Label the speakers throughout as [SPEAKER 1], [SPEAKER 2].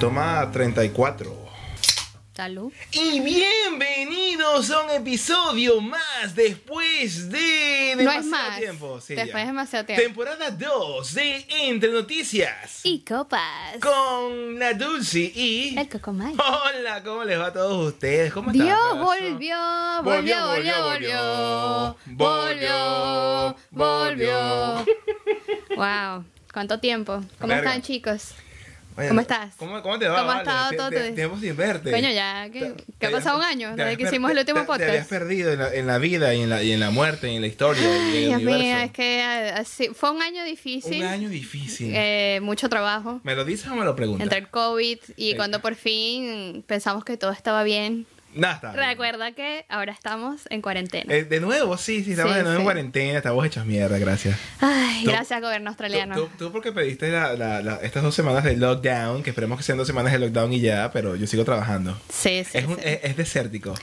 [SPEAKER 1] Toma 34.
[SPEAKER 2] Salud.
[SPEAKER 1] Y bienvenidos a un episodio más después de
[SPEAKER 2] No
[SPEAKER 1] demasiado
[SPEAKER 2] es más.
[SPEAKER 1] tiempo. Sí, ya.
[SPEAKER 2] Después es demasiado tiempo.
[SPEAKER 1] Temporada 2 de Entre Noticias
[SPEAKER 2] Y copas.
[SPEAKER 1] con la Dulce y
[SPEAKER 2] El cocomay.
[SPEAKER 1] Hola, ¿cómo les va a todos ustedes? ¿Cómo están?
[SPEAKER 2] Dios
[SPEAKER 1] pedazo?
[SPEAKER 2] volvió, volvió, volvió, volvió, volvió,
[SPEAKER 1] volvió,
[SPEAKER 2] volvió. Wow, cuánto tiempo. ¿Cómo
[SPEAKER 1] Verga.
[SPEAKER 2] están chicos?
[SPEAKER 1] Oye,
[SPEAKER 2] ¿Cómo estás?
[SPEAKER 1] ¿Cómo, cómo te va?
[SPEAKER 2] ¿Cómo has
[SPEAKER 1] vale?
[SPEAKER 2] estado
[SPEAKER 1] Te-
[SPEAKER 2] todo
[SPEAKER 1] te-
[SPEAKER 2] tu-
[SPEAKER 1] Tiempo sin verte.
[SPEAKER 2] Coño, ya, ¿qué-
[SPEAKER 1] Te-
[SPEAKER 2] qué
[SPEAKER 1] te
[SPEAKER 2] ha
[SPEAKER 1] habías-
[SPEAKER 2] pasado un año
[SPEAKER 1] te
[SPEAKER 2] desde
[SPEAKER 1] habías
[SPEAKER 2] que
[SPEAKER 1] per-
[SPEAKER 2] hicimos el
[SPEAKER 1] te-
[SPEAKER 2] último
[SPEAKER 1] te-
[SPEAKER 2] podcast?
[SPEAKER 1] Te habías perdido en la, en la vida y en la, y en la muerte y en la historia y
[SPEAKER 2] Ay,
[SPEAKER 1] en
[SPEAKER 2] Dios
[SPEAKER 1] el
[SPEAKER 2] mío,
[SPEAKER 1] universo.
[SPEAKER 2] es que eh, así- fue un año difícil,
[SPEAKER 1] Un año difícil.
[SPEAKER 2] eh, mucho trabajo
[SPEAKER 1] ¿Me lo dices o me lo preguntas?
[SPEAKER 2] entre el COVID y
[SPEAKER 1] Sí.
[SPEAKER 2] cuando por fin pensamos que todo estaba bien.
[SPEAKER 1] Nada, está bien.
[SPEAKER 2] Recuerda que ahora estamos en cuarentena.
[SPEAKER 1] Eh, de nuevo, sí, sí, estamos
[SPEAKER 2] Sí,
[SPEAKER 1] de nuevo en
[SPEAKER 2] sí.
[SPEAKER 1] cuarentena, estamos hechos mierda, gracias.
[SPEAKER 2] Ay,
[SPEAKER 1] tú-
[SPEAKER 2] gracias gobierno australiano.
[SPEAKER 1] Tú, tú- tú porque pediste la- la- la- estas dos semanas de lockdown, que esperemos que sean dos semanas de lockdown y ya, pero yo sigo trabajando.
[SPEAKER 2] Sí, sí,
[SPEAKER 1] es, un-
[SPEAKER 2] sí.
[SPEAKER 1] es- es desértico.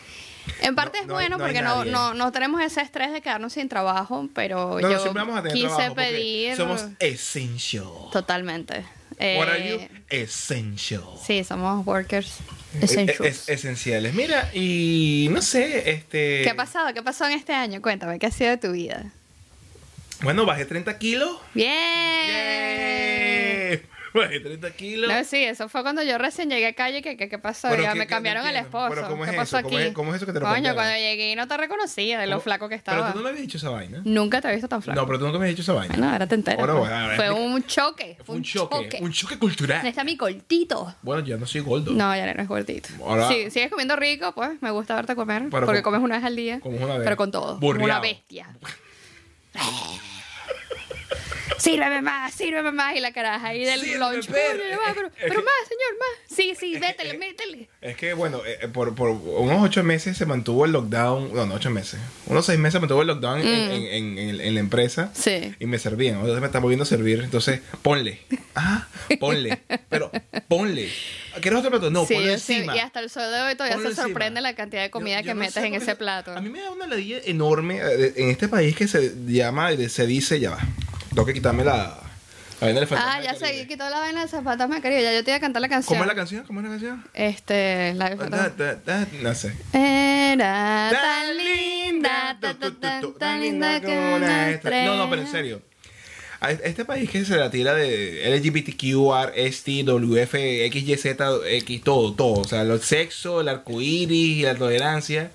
[SPEAKER 2] En parte
[SPEAKER 1] No-
[SPEAKER 2] es
[SPEAKER 1] no hay-
[SPEAKER 2] bueno
[SPEAKER 1] no hay
[SPEAKER 2] porque no,
[SPEAKER 1] nadie.
[SPEAKER 2] no, no tenemos ese estrés de quedarnos sin trabajo, pero
[SPEAKER 1] No, no,
[SPEAKER 2] Pues yo
[SPEAKER 1] siempre vamos a tener
[SPEAKER 2] quise
[SPEAKER 1] trabajo porque
[SPEAKER 2] pedir
[SPEAKER 1] Somos essential.
[SPEAKER 2] totalmente.
[SPEAKER 1] What
[SPEAKER 2] Eh,
[SPEAKER 1] are you? Essential.
[SPEAKER 2] Sí, somos workers
[SPEAKER 1] Es- eh,
[SPEAKER 2] essentials.
[SPEAKER 1] es- esenciales. Mira, y no sé, este...
[SPEAKER 2] ¿Qué ha pasado? ¿Qué pasó en este año? Cuéntame, ¿qué ha sido de tu vida?
[SPEAKER 1] Bueno, bajé 30 kilos.
[SPEAKER 2] ¡Bien!
[SPEAKER 1] ¡Yay! Bajé 30 kilos.
[SPEAKER 2] Eh. No, sí, eso fue cuando yo recién llegué a calle que, que, que pasó,
[SPEAKER 1] Pero
[SPEAKER 2] ya
[SPEAKER 1] que-
[SPEAKER 2] me
[SPEAKER 1] que-
[SPEAKER 2] cambiaron
[SPEAKER 1] no
[SPEAKER 2] el
[SPEAKER 1] entiendo.
[SPEAKER 2] esposo.
[SPEAKER 1] Pero ¿cómo es
[SPEAKER 2] ¿Qué
[SPEAKER 1] eso?
[SPEAKER 2] pasó
[SPEAKER 1] ¿Cómo
[SPEAKER 2] aquí?
[SPEAKER 1] es- cómo es eso que te lo
[SPEAKER 2] Coño,
[SPEAKER 1] cambiaron?
[SPEAKER 2] cuando llegué y no te reconocía de lo
[SPEAKER 1] ¿Cómo?
[SPEAKER 2] flaco que estaba.
[SPEAKER 1] Pero tú no me habías dicho esa vaina.
[SPEAKER 2] Nunca te había visto tan flaco.
[SPEAKER 1] No, pero tú nunca me habías dicho esa vaina.
[SPEAKER 2] Bueno, ahora te enteras.
[SPEAKER 1] Ahora,
[SPEAKER 2] pues.
[SPEAKER 1] bueno, ahora,
[SPEAKER 2] fue
[SPEAKER 1] explica.
[SPEAKER 2] un choque.
[SPEAKER 1] Fue un choque, un choque cultural.
[SPEAKER 2] ¿Dónde está mi coltito?
[SPEAKER 1] Bueno, yo no soy gordo.
[SPEAKER 2] No, ya no es gordito.
[SPEAKER 1] Ahora-
[SPEAKER 2] Sí, sigues comiendo rico, pues. Me gusta verte comer.
[SPEAKER 1] Pero
[SPEAKER 2] porque
[SPEAKER 1] con-
[SPEAKER 2] comes una vez al día.
[SPEAKER 1] Como una vez.
[SPEAKER 2] Pero con todo. Como
[SPEAKER 1] Burriao.
[SPEAKER 2] una bestia. sírveme más, sírveme más. Y la caraja ahí del
[SPEAKER 1] Sírveme,
[SPEAKER 2] lunch.
[SPEAKER 1] pero-
[SPEAKER 2] Coño, va, pero,
[SPEAKER 1] es que-
[SPEAKER 2] pero más, señor, más. Sí, sí,
[SPEAKER 1] es que- eh,
[SPEAKER 2] métele,
[SPEAKER 1] es-
[SPEAKER 2] métele.
[SPEAKER 1] Es que, bueno, eh, eh, por, por unos ocho meses se mantuvo el lockdown. No, no ocho meses. Unos seis meses se mantuvo el lockdown en, en- en- en el- en la empresa.
[SPEAKER 2] Mm. Sí.
[SPEAKER 1] Y me servían. Entonces me están volviendo a servir. Entonces, ponle. Ah, ponle. Pero, ponle. ¿Quieres otro plato? No,
[SPEAKER 2] sí,
[SPEAKER 1] ponlo
[SPEAKER 2] yo sí,
[SPEAKER 1] encima.
[SPEAKER 2] Y hasta el sol de hoy todavía
[SPEAKER 1] Ponlo
[SPEAKER 2] se sorprende
[SPEAKER 1] encima.
[SPEAKER 2] la cantidad de comida
[SPEAKER 1] Yo- yo
[SPEAKER 2] que
[SPEAKER 1] no
[SPEAKER 2] metes
[SPEAKER 1] sé
[SPEAKER 2] en
[SPEAKER 1] por qué
[SPEAKER 2] ese
[SPEAKER 1] eso-
[SPEAKER 2] plato.
[SPEAKER 1] A mí me da una ladilla enorme eh, de- en este país que se llama, de- se dice, ya va. Tengo que quitarme la. La vaina del fantasma
[SPEAKER 2] Ah,
[SPEAKER 1] del
[SPEAKER 2] ya se
[SPEAKER 1] Caribe.
[SPEAKER 2] quitó la vaina de zapatos, me querido. Ya yo te iba a cantar la canción.
[SPEAKER 1] ¿Cómo es la canción? ¿Cómo es la canción?
[SPEAKER 2] Este, la del
[SPEAKER 1] Da,
[SPEAKER 2] fantasma.
[SPEAKER 1] da, da, no sé.
[SPEAKER 2] Era tan linda, ta, ta, ta, tan linda que una estrella.
[SPEAKER 1] No, no, pero en serio. A Este país que se la tira de LGBTQR, ST, WF, XYZ, X, todo, todo. O sea, el sexo, el arcoíris y la tolerancia.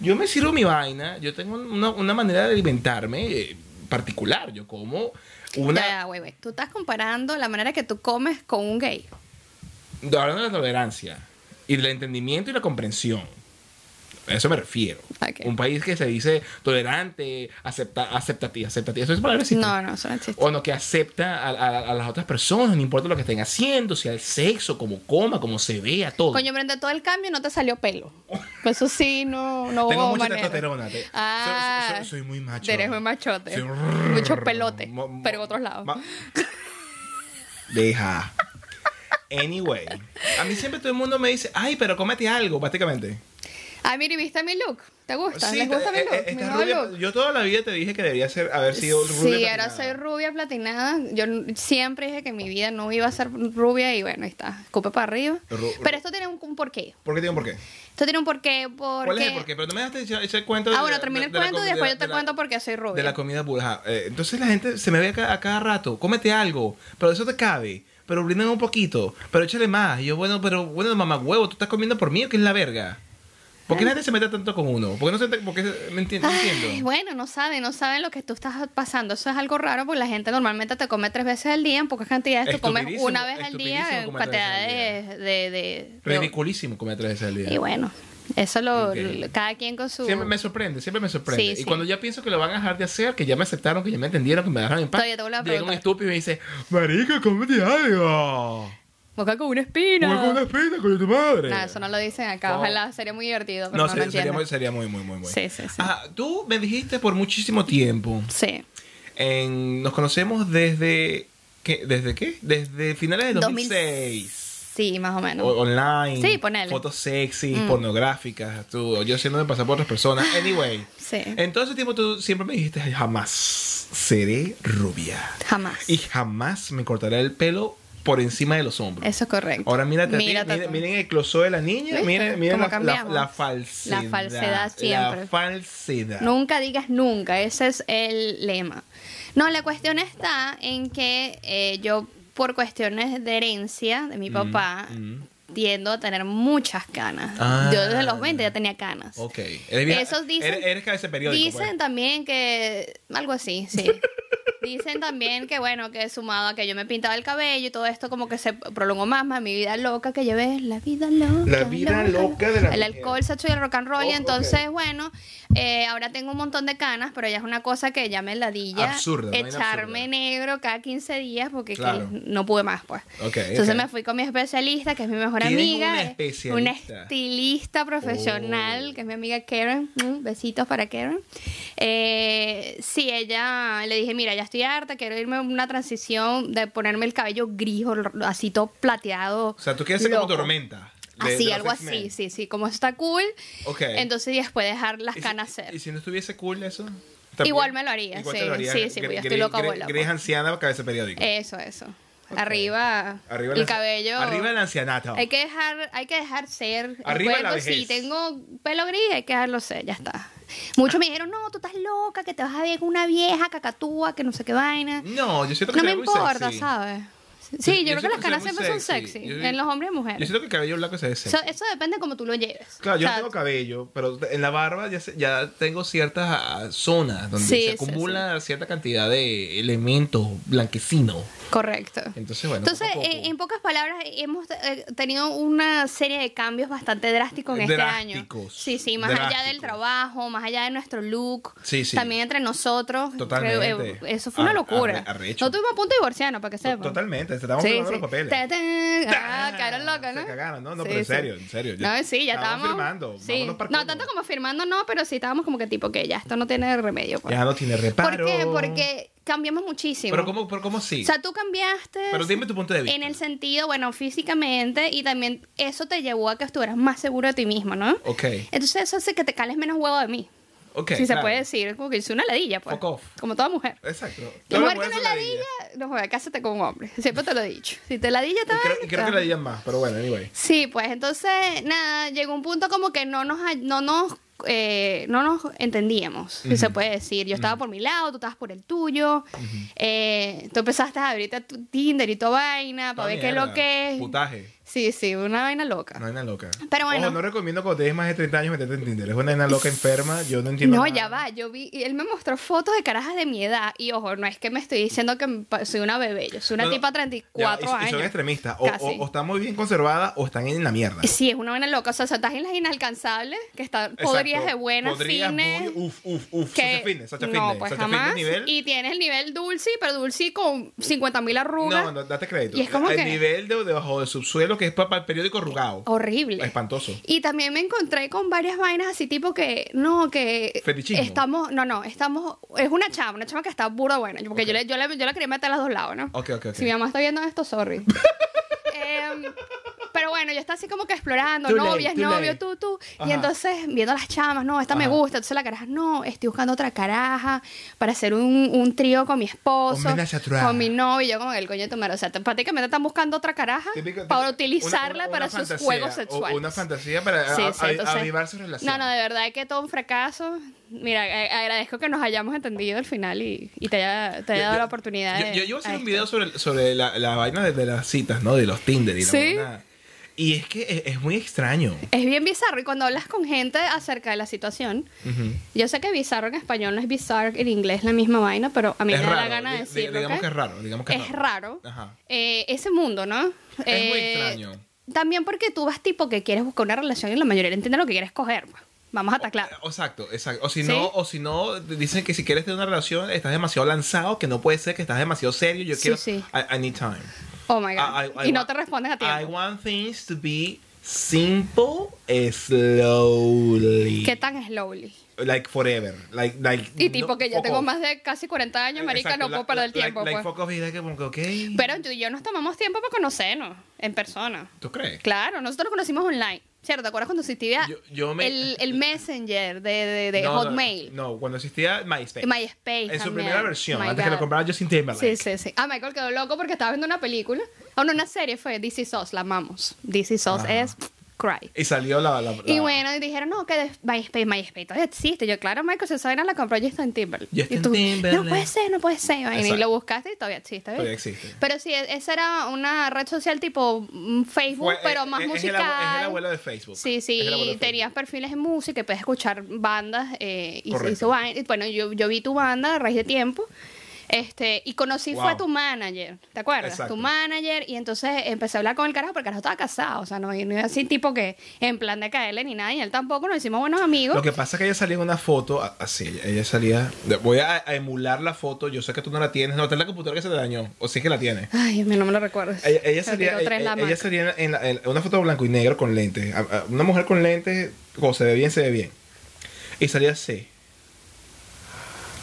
[SPEAKER 1] Yo me sirvo mi vaina. Yo tengo una, una manera de alimentarme eh, particular. Yo como una...
[SPEAKER 2] Ya, ya, güey, güey. Tú estás comparando la manera que tú comes con un gay.
[SPEAKER 1] Hablando de la tolerancia y del entendimiento y la comprensión. A eso me refiero.
[SPEAKER 2] Ok.
[SPEAKER 1] Un país que se dice tolerante, acepta, aceptativo, aceptativo. Eso es palabra existe?
[SPEAKER 2] No, no, eso no existe.
[SPEAKER 1] O no, que acepta a, a- a las otras personas, no importa lo que estén haciendo, sea el sexo, como coma, como se vea, todo.
[SPEAKER 2] Coño, pero entre todo el cambio no te salió pelo. Eso sí, no, no
[SPEAKER 1] Tengo
[SPEAKER 2] hubo
[SPEAKER 1] mucha
[SPEAKER 2] manera.
[SPEAKER 1] testosterona. te-
[SPEAKER 2] Ah,
[SPEAKER 1] soy, soy- soy- soy muy macho.
[SPEAKER 2] Eres muy machote.
[SPEAKER 1] Soy-
[SPEAKER 2] Muchos pelotes,
[SPEAKER 1] Mo- mo-
[SPEAKER 2] pero en otros lados.
[SPEAKER 1] ma- Deja. Anyway, a mí siempre todo el mundo me dice, ay, pero cómete algo, prácticamente.
[SPEAKER 2] Ah, mire, ¿viste mi look? ¿Te gusta?
[SPEAKER 1] Sí,
[SPEAKER 2] ¿Les gusta mi
[SPEAKER 1] eh,
[SPEAKER 2] look?
[SPEAKER 1] eh,
[SPEAKER 2] mi
[SPEAKER 1] estás
[SPEAKER 2] nuevo
[SPEAKER 1] rubia.
[SPEAKER 2] look.
[SPEAKER 1] Yo toda la vida te dije que debería ser, haber sido rubia.
[SPEAKER 2] Sí, ahora
[SPEAKER 1] platinada.
[SPEAKER 2] soy rubia platinada. Yo n- siempre dije que mi vida no iba a ser rubia y bueno, ahí está. Escupe para arriba.
[SPEAKER 1] Ru-
[SPEAKER 2] Pero esto tiene un, un porqué.
[SPEAKER 1] ¿Por qué digo por qué?
[SPEAKER 2] Esto tiene un porqué porque...
[SPEAKER 1] ¿Cuál es el por qué? Pero no me dejaste echar, echar el cuento.
[SPEAKER 2] Ah,
[SPEAKER 1] de-
[SPEAKER 2] bueno,
[SPEAKER 1] de-
[SPEAKER 2] termina el
[SPEAKER 1] de la
[SPEAKER 2] cuento y
[SPEAKER 1] comi-
[SPEAKER 2] después
[SPEAKER 1] de-
[SPEAKER 2] yo te
[SPEAKER 1] de la-
[SPEAKER 2] cuento por qué soy rubia.
[SPEAKER 1] De la comida burja. Eh, entonces la gente se me ve a ca- a cada rato. Cómete algo, pero eso te cabe. Pero brindan un poquito, pero échale más. Y yo, bueno, pero bueno, mamá huevo, tú estás comiendo por mí o que es la verga. ¿Por qué la gente se mete tanto con uno? ¿Por qué no se te- por qué se- me entiendo?
[SPEAKER 2] Ay,
[SPEAKER 1] entiendo.
[SPEAKER 2] bueno, no saben, no saben lo que tú estás pasando. Eso es algo raro porque la gente normalmente te come tres veces al día, en pocas cantidades. Tú comes
[SPEAKER 1] Estupidísimo,
[SPEAKER 2] una vez al día,
[SPEAKER 1] estupidísimo
[SPEAKER 2] en
[SPEAKER 1] comer tres veces al
[SPEAKER 2] cantidades de... de- de-
[SPEAKER 1] Ridiculísimo comer tres veces al día.
[SPEAKER 2] Y bueno, eso lo...
[SPEAKER 1] Ok.
[SPEAKER 2] lo- cada quien con su...
[SPEAKER 1] Siempre me sorprende, siempre me sorprende.
[SPEAKER 2] Sí,
[SPEAKER 1] y
[SPEAKER 2] sí.
[SPEAKER 1] cuando ya pienso que lo van a dejar de hacer, que ya me aceptaron, que ya me entendieron, que me dejaron en paz,
[SPEAKER 2] Todavía te vuelvo a
[SPEAKER 1] llega un
[SPEAKER 2] preguntar.
[SPEAKER 1] estúpido y me dice, marica, cómete algo.
[SPEAKER 2] Boca con una
[SPEAKER 1] Voy
[SPEAKER 2] espina.
[SPEAKER 1] con una espina, con tu madre.
[SPEAKER 2] Nada, eso no lo dicen acá.
[SPEAKER 1] No.
[SPEAKER 2] Ojalá sería muy divertido. Pero
[SPEAKER 1] No,
[SPEAKER 2] no,
[SPEAKER 1] sería,
[SPEAKER 2] lo
[SPEAKER 1] sería muy,
[SPEAKER 2] entiendo.
[SPEAKER 1] sería muy, muy, muy, muy.
[SPEAKER 2] Sí, sí, sí.
[SPEAKER 1] Ah, tú me dijiste por muchísimo tiempo.
[SPEAKER 2] Sí.
[SPEAKER 1] En- nos conocemos desde... ¿qué? ¿Desde qué? Desde finales de 2006.
[SPEAKER 2] Sí, más o menos.
[SPEAKER 1] O- online.
[SPEAKER 2] Sí, ponele. Mm.
[SPEAKER 1] Fotos sexy, pornográficas, tú, yo siendo pasar por otras personas. Anyway.
[SPEAKER 2] Sí.
[SPEAKER 1] En todo ese tiempo tú siempre me dijiste, jamás seré rubia.
[SPEAKER 2] Jamás.
[SPEAKER 1] Y jamás me cortaré el pelo por encima de los hombros.
[SPEAKER 2] Eso es correcto.
[SPEAKER 1] Ahora mírate, a ti,
[SPEAKER 2] Mírate a
[SPEAKER 1] miren,
[SPEAKER 2] tú.
[SPEAKER 1] miren el closó de la niña,
[SPEAKER 2] ¿Viste?
[SPEAKER 1] miren, miren
[SPEAKER 2] ¿Cómo
[SPEAKER 1] la, la,
[SPEAKER 2] cambiamos?
[SPEAKER 1] la falsedad.
[SPEAKER 2] La falsedad
[SPEAKER 1] La
[SPEAKER 2] siempre.
[SPEAKER 1] falsedad.
[SPEAKER 2] Nunca digas nunca, ese es el lema. No, la cuestión está en que eh, yo por cuestiones de herencia de mi papá
[SPEAKER 1] mm.
[SPEAKER 2] tiendo a tener muchas canas.
[SPEAKER 1] Ah.
[SPEAKER 2] yo desde los 20 ya tenía canas.
[SPEAKER 1] Ok. Eres vieja-
[SPEAKER 2] Esos dicen-
[SPEAKER 1] Eres, eres cabeza de periódico.
[SPEAKER 2] Dicen
[SPEAKER 1] pues.
[SPEAKER 2] también que algo así, sí. Dicen también que bueno, que sumado a que yo me pintaba el cabello y todo esto como que se prolongó más, más mi vida loca que llevé, la vida loca.
[SPEAKER 1] La vida loca de la
[SPEAKER 2] El
[SPEAKER 1] mujer.
[SPEAKER 2] alcohol, sexo y el rock and roll y
[SPEAKER 1] Oh,
[SPEAKER 2] entonces,
[SPEAKER 1] ok.
[SPEAKER 2] bueno, eh, ahora tengo un montón de canas, pero ya es una cosa que ya me ladilla
[SPEAKER 1] Absurda, vaina
[SPEAKER 2] echarme
[SPEAKER 1] absurda.
[SPEAKER 2] negro cada 15 días porque es que
[SPEAKER 1] Claro.
[SPEAKER 2] no pude más, pues.
[SPEAKER 1] Ok,
[SPEAKER 2] entonces
[SPEAKER 1] ok.
[SPEAKER 2] me fui con mi especialista, que es mi mejor
[SPEAKER 1] Tienen
[SPEAKER 2] amiga,
[SPEAKER 1] una
[SPEAKER 2] eh, una
[SPEAKER 1] especialista.
[SPEAKER 2] estilista profesional,
[SPEAKER 1] Oh.
[SPEAKER 2] que es mi amiga Karen. Mm, Besitos para Karen. Eh, sí, ella le dije, mira, ya estoy harta, quiero irme a una transición de ponerme el cabello gris, o r- así todo plateado.
[SPEAKER 1] O sea, tú quieres ser como
[SPEAKER 2] loco.
[SPEAKER 1] tormenta. de- de
[SPEAKER 2] Así,
[SPEAKER 1] los
[SPEAKER 2] algo así,
[SPEAKER 1] X-Men.
[SPEAKER 2] sí, sí, como eso está cool.
[SPEAKER 1] Ok.
[SPEAKER 2] Entonces después dejar las
[SPEAKER 1] ¿Y si-
[SPEAKER 2] canas ser.
[SPEAKER 1] ¿Y si no estuviese cool eso?
[SPEAKER 2] Igual me lo haría, sí, sí, sí, porque yo estoy loca, abuela,
[SPEAKER 1] Gris
[SPEAKER 2] pues.
[SPEAKER 1] anciana, cabeza de periódico.
[SPEAKER 2] Eso, eso.
[SPEAKER 1] Ok.
[SPEAKER 2] Arriba,
[SPEAKER 1] Arriba
[SPEAKER 2] el
[SPEAKER 1] la-
[SPEAKER 2] cabello.
[SPEAKER 1] Arriba el ancianato.
[SPEAKER 2] Hay que dejar, hay que dejar ser. el
[SPEAKER 1] Arriba la
[SPEAKER 2] cuerpo. Si
[SPEAKER 1] vejez.
[SPEAKER 2] tengo pelo gris, hay que dejarlo ser, ya está. Muchos me dijeron, no, tú estás loca, que te vas a ver con una vieja cacatúa, que no sé qué vaina.
[SPEAKER 1] No, Mm, yo siento que
[SPEAKER 2] No
[SPEAKER 1] se ve
[SPEAKER 2] me
[SPEAKER 1] muy
[SPEAKER 2] importa,
[SPEAKER 1] sexy.
[SPEAKER 2] ¿sabes?
[SPEAKER 1] Yo-
[SPEAKER 2] Sí, yo,
[SPEAKER 1] yo
[SPEAKER 2] creo que
[SPEAKER 1] siento
[SPEAKER 2] las
[SPEAKER 1] que se ve
[SPEAKER 2] canas
[SPEAKER 1] muy
[SPEAKER 2] siempre son
[SPEAKER 1] sexy.
[SPEAKER 2] sexy,
[SPEAKER 1] Yo-
[SPEAKER 2] en los hombres y
[SPEAKER 1] Yo
[SPEAKER 2] mujeres.
[SPEAKER 1] siento que el cabello blanco se ve sexy.
[SPEAKER 2] Eso, eso depende cómo tú lo lleves.
[SPEAKER 1] Claro, yo
[SPEAKER 2] O sea,
[SPEAKER 1] no tengo cabello, pero en la barba ya, se- ya tengo ciertas ah, zonas donde
[SPEAKER 2] Sí, sí,
[SPEAKER 1] se acumula cierta cantidad de elementos blanquecinos.
[SPEAKER 2] Correcto.
[SPEAKER 1] Entonces, bueno.
[SPEAKER 2] Entonces,
[SPEAKER 1] poco a
[SPEAKER 2] eh,
[SPEAKER 1] poco.
[SPEAKER 2] en pocas palabras, hemos eh, tenido una serie de cambios bastante drásticos en este año.
[SPEAKER 1] Drásticos,
[SPEAKER 2] Sí, sí, más allá del
[SPEAKER 1] drásticos.
[SPEAKER 2] trabajo, más allá de nuestro look,
[SPEAKER 1] Sí, sí.
[SPEAKER 2] también entre nosotros.
[SPEAKER 1] Totalmente.
[SPEAKER 2] Creo, eh, eso fue una
[SPEAKER 1] Ar-
[SPEAKER 2] locura.
[SPEAKER 1] arre- arrecho.
[SPEAKER 2] no estuvimos a punto de divorciarnos, para que
[SPEAKER 1] To-
[SPEAKER 2] sepan.
[SPEAKER 1] Totalmente, estamos
[SPEAKER 2] Sí,
[SPEAKER 1] firmando
[SPEAKER 2] sí.
[SPEAKER 1] los papeles.
[SPEAKER 2] Ta- ta- Ah, quedaron locos, ¿no?
[SPEAKER 1] Se cagaron, no, no,
[SPEAKER 2] Sí,
[SPEAKER 1] pero en
[SPEAKER 2] sí.
[SPEAKER 1] serio, en serio.
[SPEAKER 2] No, sí, ya estábamos.
[SPEAKER 1] firmando.
[SPEAKER 2] sí.
[SPEAKER 1] vámonos para
[SPEAKER 2] No,
[SPEAKER 1] Como.
[SPEAKER 2] tanto como firmando, no, pero sí estábamos como que tipo que ya esto no tiene remedio. pues.
[SPEAKER 1] Ya no tiene reparo.
[SPEAKER 2] ¿Por qué? Porque cambiamos muchísimo.
[SPEAKER 1] Pero ¿cómo, pero cómo sí?
[SPEAKER 2] O sea, tú cambiaste.
[SPEAKER 1] pero dime tu punto de vista.
[SPEAKER 2] En el sentido, bueno, físicamente y también eso te llevó a que estuvieras más seguro de ti mismo, ¿no?
[SPEAKER 1] Ok,
[SPEAKER 2] Entonces eso hace que te cales menos huevo de mí.
[SPEAKER 1] ok.
[SPEAKER 2] si se
[SPEAKER 1] claro.
[SPEAKER 2] puede decir, como que hice una ladilla, pues.
[SPEAKER 1] Fuck off.
[SPEAKER 2] Como toda mujer.
[SPEAKER 1] Exacto.
[SPEAKER 2] La
[SPEAKER 1] Todas
[SPEAKER 2] mujer
[SPEAKER 1] las
[SPEAKER 2] que no
[SPEAKER 1] son
[SPEAKER 2] es ladilla, no joder, cásate con un hombre. Siempre te lo he dicho. Si te ladilla, te
[SPEAKER 1] Y creo,
[SPEAKER 2] vas a-
[SPEAKER 1] y creo que ladillan más, pero bueno, anyway.
[SPEAKER 2] Sí, pues entonces, nada, llegó un punto como que no nos, no nos, eh, no nos entendíamos, si se puede decir. Yo estaba por mi lado, tú estabas por el tuyo. eh, tú empezaste a abrirte a tu Tinder y tu vaina para
[SPEAKER 1] Toda
[SPEAKER 2] ver qué es
[SPEAKER 1] mierda,
[SPEAKER 2] lo que es.
[SPEAKER 1] Putaje.
[SPEAKER 2] Sí, sí, una vaina loca.
[SPEAKER 1] Una vaina loca.
[SPEAKER 2] Pero bueno.
[SPEAKER 1] Ojo, no recomiendo cuando tengas más de 30 años meterte en Tinder. Es una vaina loca enferma. Yo no entiendo.
[SPEAKER 2] No,
[SPEAKER 1] nada.
[SPEAKER 2] ya va, yo vi, y él me mostró fotos de carajas de mi edad y ojo, no es que me estoy diciendo que me pa- soy una bebé, yo soy una
[SPEAKER 1] No, no.
[SPEAKER 2] tipa
[SPEAKER 1] Ya, y,
[SPEAKER 2] 34
[SPEAKER 1] y son
[SPEAKER 2] años.
[SPEAKER 1] extremistas. O,
[SPEAKER 2] Casi.
[SPEAKER 1] o- o están muy bien conservadas o están en la mierda.
[SPEAKER 2] Sí, es una vaina loca, o sea, estás en las inalcanzables, que están
[SPEAKER 1] Exacto.
[SPEAKER 2] podrías de buenas,
[SPEAKER 1] Podrías
[SPEAKER 2] fines.
[SPEAKER 1] muy- uf, uf, uf.
[SPEAKER 2] que
[SPEAKER 1] Sacha Fitness, Sacha
[SPEAKER 2] no,
[SPEAKER 1] Fitness.
[SPEAKER 2] pues
[SPEAKER 1] Sacha
[SPEAKER 2] jamás.
[SPEAKER 1] Fitness nivel.
[SPEAKER 2] Y tienes el nivel Dulce, pero Dulce con 50.000 arrugas.
[SPEAKER 1] No, no, date crédito.
[SPEAKER 2] Y es como
[SPEAKER 1] el
[SPEAKER 2] que-
[SPEAKER 1] nivel de debajo del subsuelo que es para, el periódico arrugado.
[SPEAKER 2] Horrible.
[SPEAKER 1] Espantoso.
[SPEAKER 2] Y también me encontré con varias vainas así tipo que, no, que
[SPEAKER 1] Fetichismo.
[SPEAKER 2] estamos, no, no, estamos, es una chama, una chama que está burda buena, porque yo, le, yo, le- yo la quería meter a los dos lados, ¿no?
[SPEAKER 1] Ok, ok, ok.
[SPEAKER 2] Si mi mamá está viendo esto, sorry. Em, pero bueno, yo estaba así como que explorando,
[SPEAKER 1] Too late,
[SPEAKER 2] novias,
[SPEAKER 1] too
[SPEAKER 2] novio,
[SPEAKER 1] late.
[SPEAKER 2] tú, tú. Y
[SPEAKER 1] Ajá.
[SPEAKER 2] entonces viendo las chamas, no, esta me
[SPEAKER 1] Ajá.
[SPEAKER 2] gusta, entonces la caraja, no, estoy buscando otra caraja para hacer un, un trío con mi esposo,
[SPEAKER 1] Un menage a trois.
[SPEAKER 2] con mi novio, y yo como que el coño de tu madre. O sea, te- prácticamente están buscando otra caraja
[SPEAKER 1] Típico-
[SPEAKER 2] para
[SPEAKER 1] una-
[SPEAKER 2] utilizarla
[SPEAKER 1] una- una
[SPEAKER 2] para sus
[SPEAKER 1] fantasía,
[SPEAKER 2] juegos
[SPEAKER 1] o-
[SPEAKER 2] sexuales.
[SPEAKER 1] Una fantasía para
[SPEAKER 2] Sí,
[SPEAKER 1] a-
[SPEAKER 2] sí,
[SPEAKER 1] a-
[SPEAKER 2] entonces-
[SPEAKER 1] avivar su relación.
[SPEAKER 2] No, no, de verdad que todo un fracaso. Mira, a- agradezco que nos hayamos entendido al final y, y te haya, te haya
[SPEAKER 1] Yo-
[SPEAKER 2] dado
[SPEAKER 1] yo-
[SPEAKER 2] la oportunidad
[SPEAKER 1] Yo,
[SPEAKER 2] de.
[SPEAKER 1] yo, yo voy a hacer un
[SPEAKER 2] esto.
[SPEAKER 1] video sobre, sobre la, la vaina de, de las citas, ¿no? De los Tinder y la
[SPEAKER 2] Sí.
[SPEAKER 1] vaina. Y es que e, es, es muy extraño.
[SPEAKER 2] Es bien bizarro y cuando hablas con gente acerca de la situación,
[SPEAKER 1] Ujú.
[SPEAKER 2] yo sé que bizarro en español no es bizarro, en inglés es la misma vaina, pero a mí
[SPEAKER 1] es
[SPEAKER 2] me da la
[SPEAKER 1] raro.
[SPEAKER 2] gana de
[SPEAKER 1] di- di-
[SPEAKER 2] decirlo.
[SPEAKER 1] digamos
[SPEAKER 2] ¿ok?
[SPEAKER 1] que es raro. Digamos que
[SPEAKER 2] es raro.
[SPEAKER 1] Ajá.
[SPEAKER 2] Eh, ese mundo, ¿no?
[SPEAKER 1] Es muy
[SPEAKER 2] Eh,
[SPEAKER 1] extraño.
[SPEAKER 2] También porque tú vas tipo que quieres buscar una relación y la mayoría entiende lo que quieres coger. pues. Vamos a
[SPEAKER 1] Oh,
[SPEAKER 2] estar claros.
[SPEAKER 1] Exacto, exacto. O si
[SPEAKER 2] ¿Sí?
[SPEAKER 1] no, o si no, dicen que si quieres tener una relación, estás demasiado lanzado, que no puede ser, que estás demasiado serio. Yo
[SPEAKER 2] Sí,
[SPEAKER 1] quiero.
[SPEAKER 2] sí.
[SPEAKER 1] I, I need time.
[SPEAKER 2] Oh my god.
[SPEAKER 1] Ah, I- I- I
[SPEAKER 2] y no
[SPEAKER 1] want-
[SPEAKER 2] te responden a
[SPEAKER 1] I
[SPEAKER 2] tiempo.
[SPEAKER 1] want things to be simple, slowly.
[SPEAKER 2] ¿Qué tan slowly?
[SPEAKER 1] Like forever. Like, like,
[SPEAKER 2] Y tipo
[SPEAKER 1] no-
[SPEAKER 2] que ya
[SPEAKER 1] fuck
[SPEAKER 2] tengo
[SPEAKER 1] off.
[SPEAKER 2] más de casi 40 años, marica,
[SPEAKER 1] Exacto,
[SPEAKER 2] no
[SPEAKER 1] la-
[SPEAKER 2] puedo perder el
[SPEAKER 1] la-
[SPEAKER 2] tiempo.
[SPEAKER 1] Like, like
[SPEAKER 2] pues.
[SPEAKER 1] fuck off y like como que, ok.
[SPEAKER 2] Pero tú y yo nos tomamos tiempo para conocernos en persona.
[SPEAKER 1] ¿Tú crees?
[SPEAKER 2] Claro, nosotros nos conocimos online. ¿Cierto? ¿Te acuerdas cuando existía
[SPEAKER 1] Yo- yo me-
[SPEAKER 2] el, el Messenger de, de- de
[SPEAKER 1] No, no,
[SPEAKER 2] Hotmail?
[SPEAKER 1] No, cuando existía MySpace.
[SPEAKER 2] MySpace.
[SPEAKER 1] En su
[SPEAKER 2] también.
[SPEAKER 1] primera versión,
[SPEAKER 2] My
[SPEAKER 1] antes que
[SPEAKER 2] God.
[SPEAKER 1] lo comprara Justin Timberlake.
[SPEAKER 2] Sí, sí, sí. Ah, Michael quedó loco porque estaba viendo una película. Ah, no, una serie fue DC Sos, la amamos. DC Sos
[SPEAKER 1] Ajá.
[SPEAKER 2] es pff, cry.
[SPEAKER 1] Y salió la. la-
[SPEAKER 2] Y
[SPEAKER 1] la-
[SPEAKER 2] bueno, y dijeron, no, que de- MySpace, MySpace todavía existe. Yo, claro, Michael, esa vaina la compró Justin Timberlake.
[SPEAKER 1] Justin
[SPEAKER 2] y tú,
[SPEAKER 1] Timberlake.
[SPEAKER 2] No puede ser, no puede ser. vaina. Y
[SPEAKER 1] Exacto.
[SPEAKER 2] lo buscaste y todavía existe. ¿ves?
[SPEAKER 1] Todavía existe.
[SPEAKER 2] Pero sí, e- esa era una red social tipo mm, Facebook,
[SPEAKER 1] Fue-
[SPEAKER 2] pero
[SPEAKER 1] eh,
[SPEAKER 2] más
[SPEAKER 1] eh, es el abue-
[SPEAKER 2] musical.
[SPEAKER 1] es el abuelo de Facebook.
[SPEAKER 2] Sí, sí,
[SPEAKER 1] Es el abuelo
[SPEAKER 2] y
[SPEAKER 1] de
[SPEAKER 2] tenías perfiles en música y puedes escuchar bandas eh, y,
[SPEAKER 1] Correcto.
[SPEAKER 2] y su vaina. Y Bueno, yo, yo vi tu banda a raíz de tiempo. Este, y conocí fue a
[SPEAKER 1] Wow.
[SPEAKER 2] tu manager, ¿te acuerdas?
[SPEAKER 1] Exacto.
[SPEAKER 2] Tu manager, y entonces empecé a hablar con el carajo, porque el carajo estaba casado, o sea, no, no era así tipo que en plan de caerle ni nada, y él tampoco, nos hicimos buenos amigos.
[SPEAKER 1] Lo que pasa es que ella salía en una foto a- así, ella, ella salía. Voy a, a emular la foto. Yo sé que tú no la tienes. No, está en la computadora que se te dañó. O sí que la tienes.
[SPEAKER 2] Ay, Dios mío, no me lo recuerdas.
[SPEAKER 1] Ella, ella
[SPEAKER 2] Me
[SPEAKER 1] salía,
[SPEAKER 2] tiró tres
[SPEAKER 1] ella, ella
[SPEAKER 2] la hamaca.
[SPEAKER 1] salía en, la- en una foto blanco y negro con lentes. A- a- Una mujer con lentes, cuando se ve bien, se ve bien. Y salía así.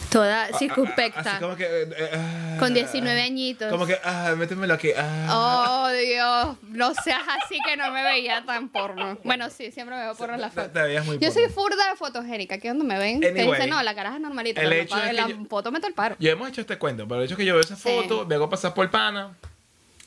[SPEAKER 2] Toda
[SPEAKER 1] A- a-
[SPEAKER 2] circunspecta.
[SPEAKER 1] Así como que. eh, eh, ah.
[SPEAKER 2] Con 19 añitos.
[SPEAKER 1] Como que, ah, métemelo aquí. Ah.
[SPEAKER 2] Oh, Dios, no seas así que no me veía tan porno. Bueno, sí, siempre me veo porno en las
[SPEAKER 1] Te- te-
[SPEAKER 2] fotos.
[SPEAKER 1] te veías muy
[SPEAKER 2] Yo
[SPEAKER 1] porno.
[SPEAKER 2] soy furda fotogénica, que cuando me ven, que
[SPEAKER 1] Anyway,
[SPEAKER 2] dicen, no, la cara es normalita,
[SPEAKER 1] el
[SPEAKER 2] pero
[SPEAKER 1] hecho
[SPEAKER 2] no, pa-
[SPEAKER 1] es que
[SPEAKER 2] la
[SPEAKER 1] yo-
[SPEAKER 2] foto me el paro.
[SPEAKER 1] Ya hemos hecho este cuento, pero el hecho es que yo veo esa
[SPEAKER 2] Sí.
[SPEAKER 1] foto, me hago pasar por el pana,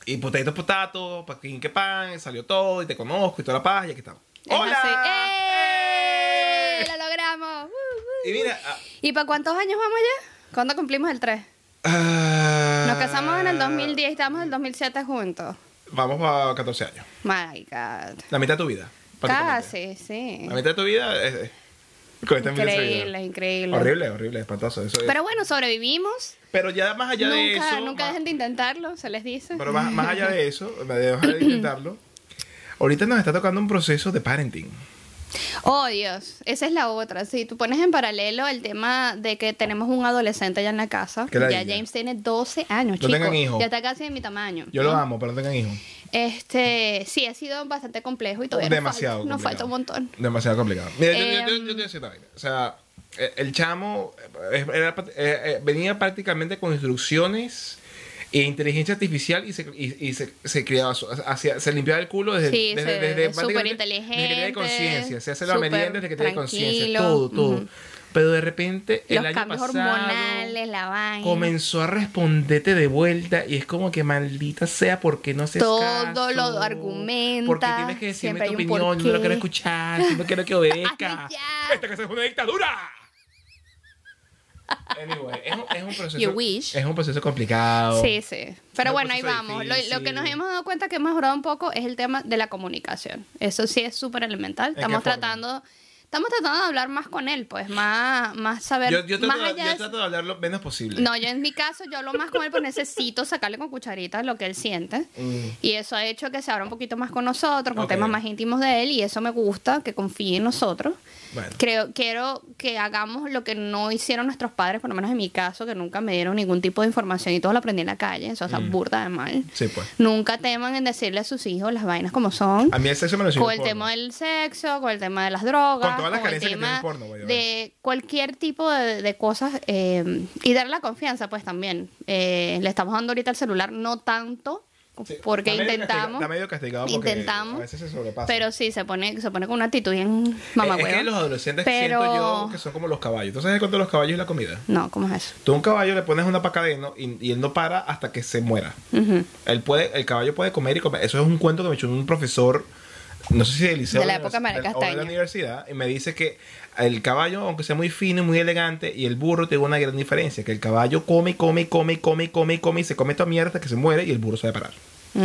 [SPEAKER 1] y potato, potato, paquín, que pan, salió todo, y te conozco, y toda la paz, y aquí estamos.
[SPEAKER 2] Es así.
[SPEAKER 1] ¡Hola!
[SPEAKER 2] ¡Eh! ¡Lo logramos! Uh, uh.
[SPEAKER 1] Y mira. ah,
[SPEAKER 2] ¿Y para cuántos años vamos ya? ¿Cuándo cumplimos el 3?
[SPEAKER 1] ah,
[SPEAKER 2] Nos casamos en el 2010 y estamos en el 2007 juntos.
[SPEAKER 1] Vamos a 14 años.
[SPEAKER 2] My God.
[SPEAKER 1] La mitad de tu vida. prácticamente.
[SPEAKER 2] Casi, sí.
[SPEAKER 1] La mitad de tu vida. eh, eh, con esta mitad de tu vida.
[SPEAKER 2] Increíble, increíble.
[SPEAKER 1] Horrible, horrible, espantoso. Eso es.
[SPEAKER 2] Pero bueno, sobrevivimos.
[SPEAKER 1] Pero ya más allá de
[SPEAKER 2] Nunca,
[SPEAKER 1] eso.
[SPEAKER 2] nunca
[SPEAKER 1] más-
[SPEAKER 2] dejen de intentarlo, se les dice.
[SPEAKER 1] Pero más, más allá de eso, me dejo de intentarlo. Ahorita nos está tocando un proceso de parenting.
[SPEAKER 2] Oh, Dios, esa es la otra. Si tú pones en paralelo el tema de que tenemos un adolescente ya en la casa,
[SPEAKER 1] Qué ladilla.
[SPEAKER 2] ya James tiene 12 años,
[SPEAKER 1] No
[SPEAKER 2] chicos.
[SPEAKER 1] tengan hijos.
[SPEAKER 2] Ya está casi de mi tamaño.
[SPEAKER 1] Yo lo amo, pero no tengan hijos.
[SPEAKER 2] Este, sí, ha sido bastante complejo y todavía
[SPEAKER 1] Demasiado.
[SPEAKER 2] nos, falta, nos falta
[SPEAKER 1] complicado.
[SPEAKER 2] un montón.
[SPEAKER 1] Demasiado complicado. Mira, yo- yo, yo-
[SPEAKER 2] Em.
[SPEAKER 1] yo te voy a decir una vaina. O sea, eh, el chamo eh, era práct- eh, eh, venía prácticamente con instrucciones e inteligencia artificial y se, y, y se, se criaba su- hacia- se limpiaba el culo desde,
[SPEAKER 2] Sí,
[SPEAKER 1] desde,
[SPEAKER 2] se-
[SPEAKER 1] desde
[SPEAKER 2] es súper
[SPEAKER 1] prácticamente desde que tiene
[SPEAKER 2] inteligente,
[SPEAKER 1] conciencia. Se hace la
[SPEAKER 2] súper
[SPEAKER 1] merienda desde que tiene conciencia.
[SPEAKER 2] tranquilo.
[SPEAKER 1] Todo, todo.
[SPEAKER 2] Ujú.
[SPEAKER 1] Pero de repente el
[SPEAKER 2] Los
[SPEAKER 1] año
[SPEAKER 2] cambios
[SPEAKER 1] pasado,
[SPEAKER 2] hormonales, la vaina.
[SPEAKER 1] comenzó a responderte de vuelta y es como que maldita sea porque no haces
[SPEAKER 2] Todo
[SPEAKER 1] caso?
[SPEAKER 2] lo argumenta,
[SPEAKER 1] porque tienes que
[SPEAKER 2] siempre
[SPEAKER 1] decirme tu
[SPEAKER 2] hay
[SPEAKER 1] opinión yo
[SPEAKER 2] un
[SPEAKER 1] no lo
[SPEAKER 2] porqué.
[SPEAKER 1] quiero escuchar yo no quiero que obedezca
[SPEAKER 2] Hazlo ya.
[SPEAKER 1] esta casa es una dictadura anyway es un, es un proceso
[SPEAKER 2] You wish.
[SPEAKER 1] es un proceso complicado
[SPEAKER 2] Sí, sí. Pero
[SPEAKER 1] Un
[SPEAKER 2] bueno, ahí
[SPEAKER 1] proceso
[SPEAKER 2] vamos. Lo, lo que nos
[SPEAKER 1] difícil.
[SPEAKER 2] hemos dado cuenta que hemos mejorado un poco es el tema de la comunicación. Eso sí es súper elemental.
[SPEAKER 1] qué
[SPEAKER 2] Estamos
[SPEAKER 1] forma?
[SPEAKER 2] tratando, estamos tratando de hablar más con él, pues, más, más saber.
[SPEAKER 1] yo, yo trato,
[SPEAKER 2] más
[SPEAKER 1] de-
[SPEAKER 2] allá
[SPEAKER 1] yo
[SPEAKER 2] de-
[SPEAKER 1] trato de hablar lo menos posible
[SPEAKER 2] No, yo en mi caso, yo hablo más con él, porque necesito sacarle con cucharitas lo que él siente.
[SPEAKER 1] Mm.
[SPEAKER 2] Y eso ha hecho que se abra un poquito más con nosotros, con
[SPEAKER 1] Ok.
[SPEAKER 2] temas más íntimos de él, y eso me gusta, que confíe en nosotros.
[SPEAKER 1] Bueno.
[SPEAKER 2] Creo, quiero que hagamos lo que no hicieron nuestros padres, por lo menos en mi caso, que nunca me dieron ningún tipo de información y todo lo aprendí en la calle, eso
[SPEAKER 1] Mm.
[SPEAKER 2] está burda de mal.
[SPEAKER 1] sí pues
[SPEAKER 2] Nunca teman en decirle a sus hijos las vainas como son.
[SPEAKER 1] a mí el sexo me lo enseñó
[SPEAKER 2] Con el
[SPEAKER 1] porno.
[SPEAKER 2] tema del sexo, con el tema de las drogas,
[SPEAKER 1] Con todas las
[SPEAKER 2] el
[SPEAKER 1] carencias que tiene
[SPEAKER 2] tema
[SPEAKER 1] el porno, by the way.
[SPEAKER 2] de cualquier tipo de, de cosas eh, y darle la confianza, pues también. Eh, le estamos dando ahorita el celular, no tanto,
[SPEAKER 1] Sí,
[SPEAKER 2] porque
[SPEAKER 1] está medio
[SPEAKER 2] intentamos,
[SPEAKER 1] castiga- está medio castigado porque
[SPEAKER 2] intentamos,
[SPEAKER 1] a veces se sobrepasa
[SPEAKER 2] pero sí se pone, se pone con una actitud bien
[SPEAKER 1] es, es
[SPEAKER 2] mamagüeva.
[SPEAKER 1] que los adolescentes
[SPEAKER 2] Pero-
[SPEAKER 1] siento yo que son como los caballos ¿tú sabes cuánto los caballos y la comida?
[SPEAKER 2] No, ¿cómo es eso?
[SPEAKER 1] Tú a un caballo le pones una pacadena y, y él no para hasta que se muera.
[SPEAKER 2] Ujú.
[SPEAKER 1] Él puede, el caballo puede comer y comer. Eso es un cuento que me echó un profesor, no sé si del liceo
[SPEAKER 2] De la
[SPEAKER 1] o
[SPEAKER 2] época de María
[SPEAKER 1] del- o de la
[SPEAKER 2] Castaño.
[SPEAKER 1] universidad, y me dice que el caballo, aunque sea muy fino y muy elegante, y el burro tiene una gran diferencia, que el caballo come, y come, y come, y come, y come, y come, y se come toda mierda hasta que se muere y el burro se va a parar.
[SPEAKER 2] Mm,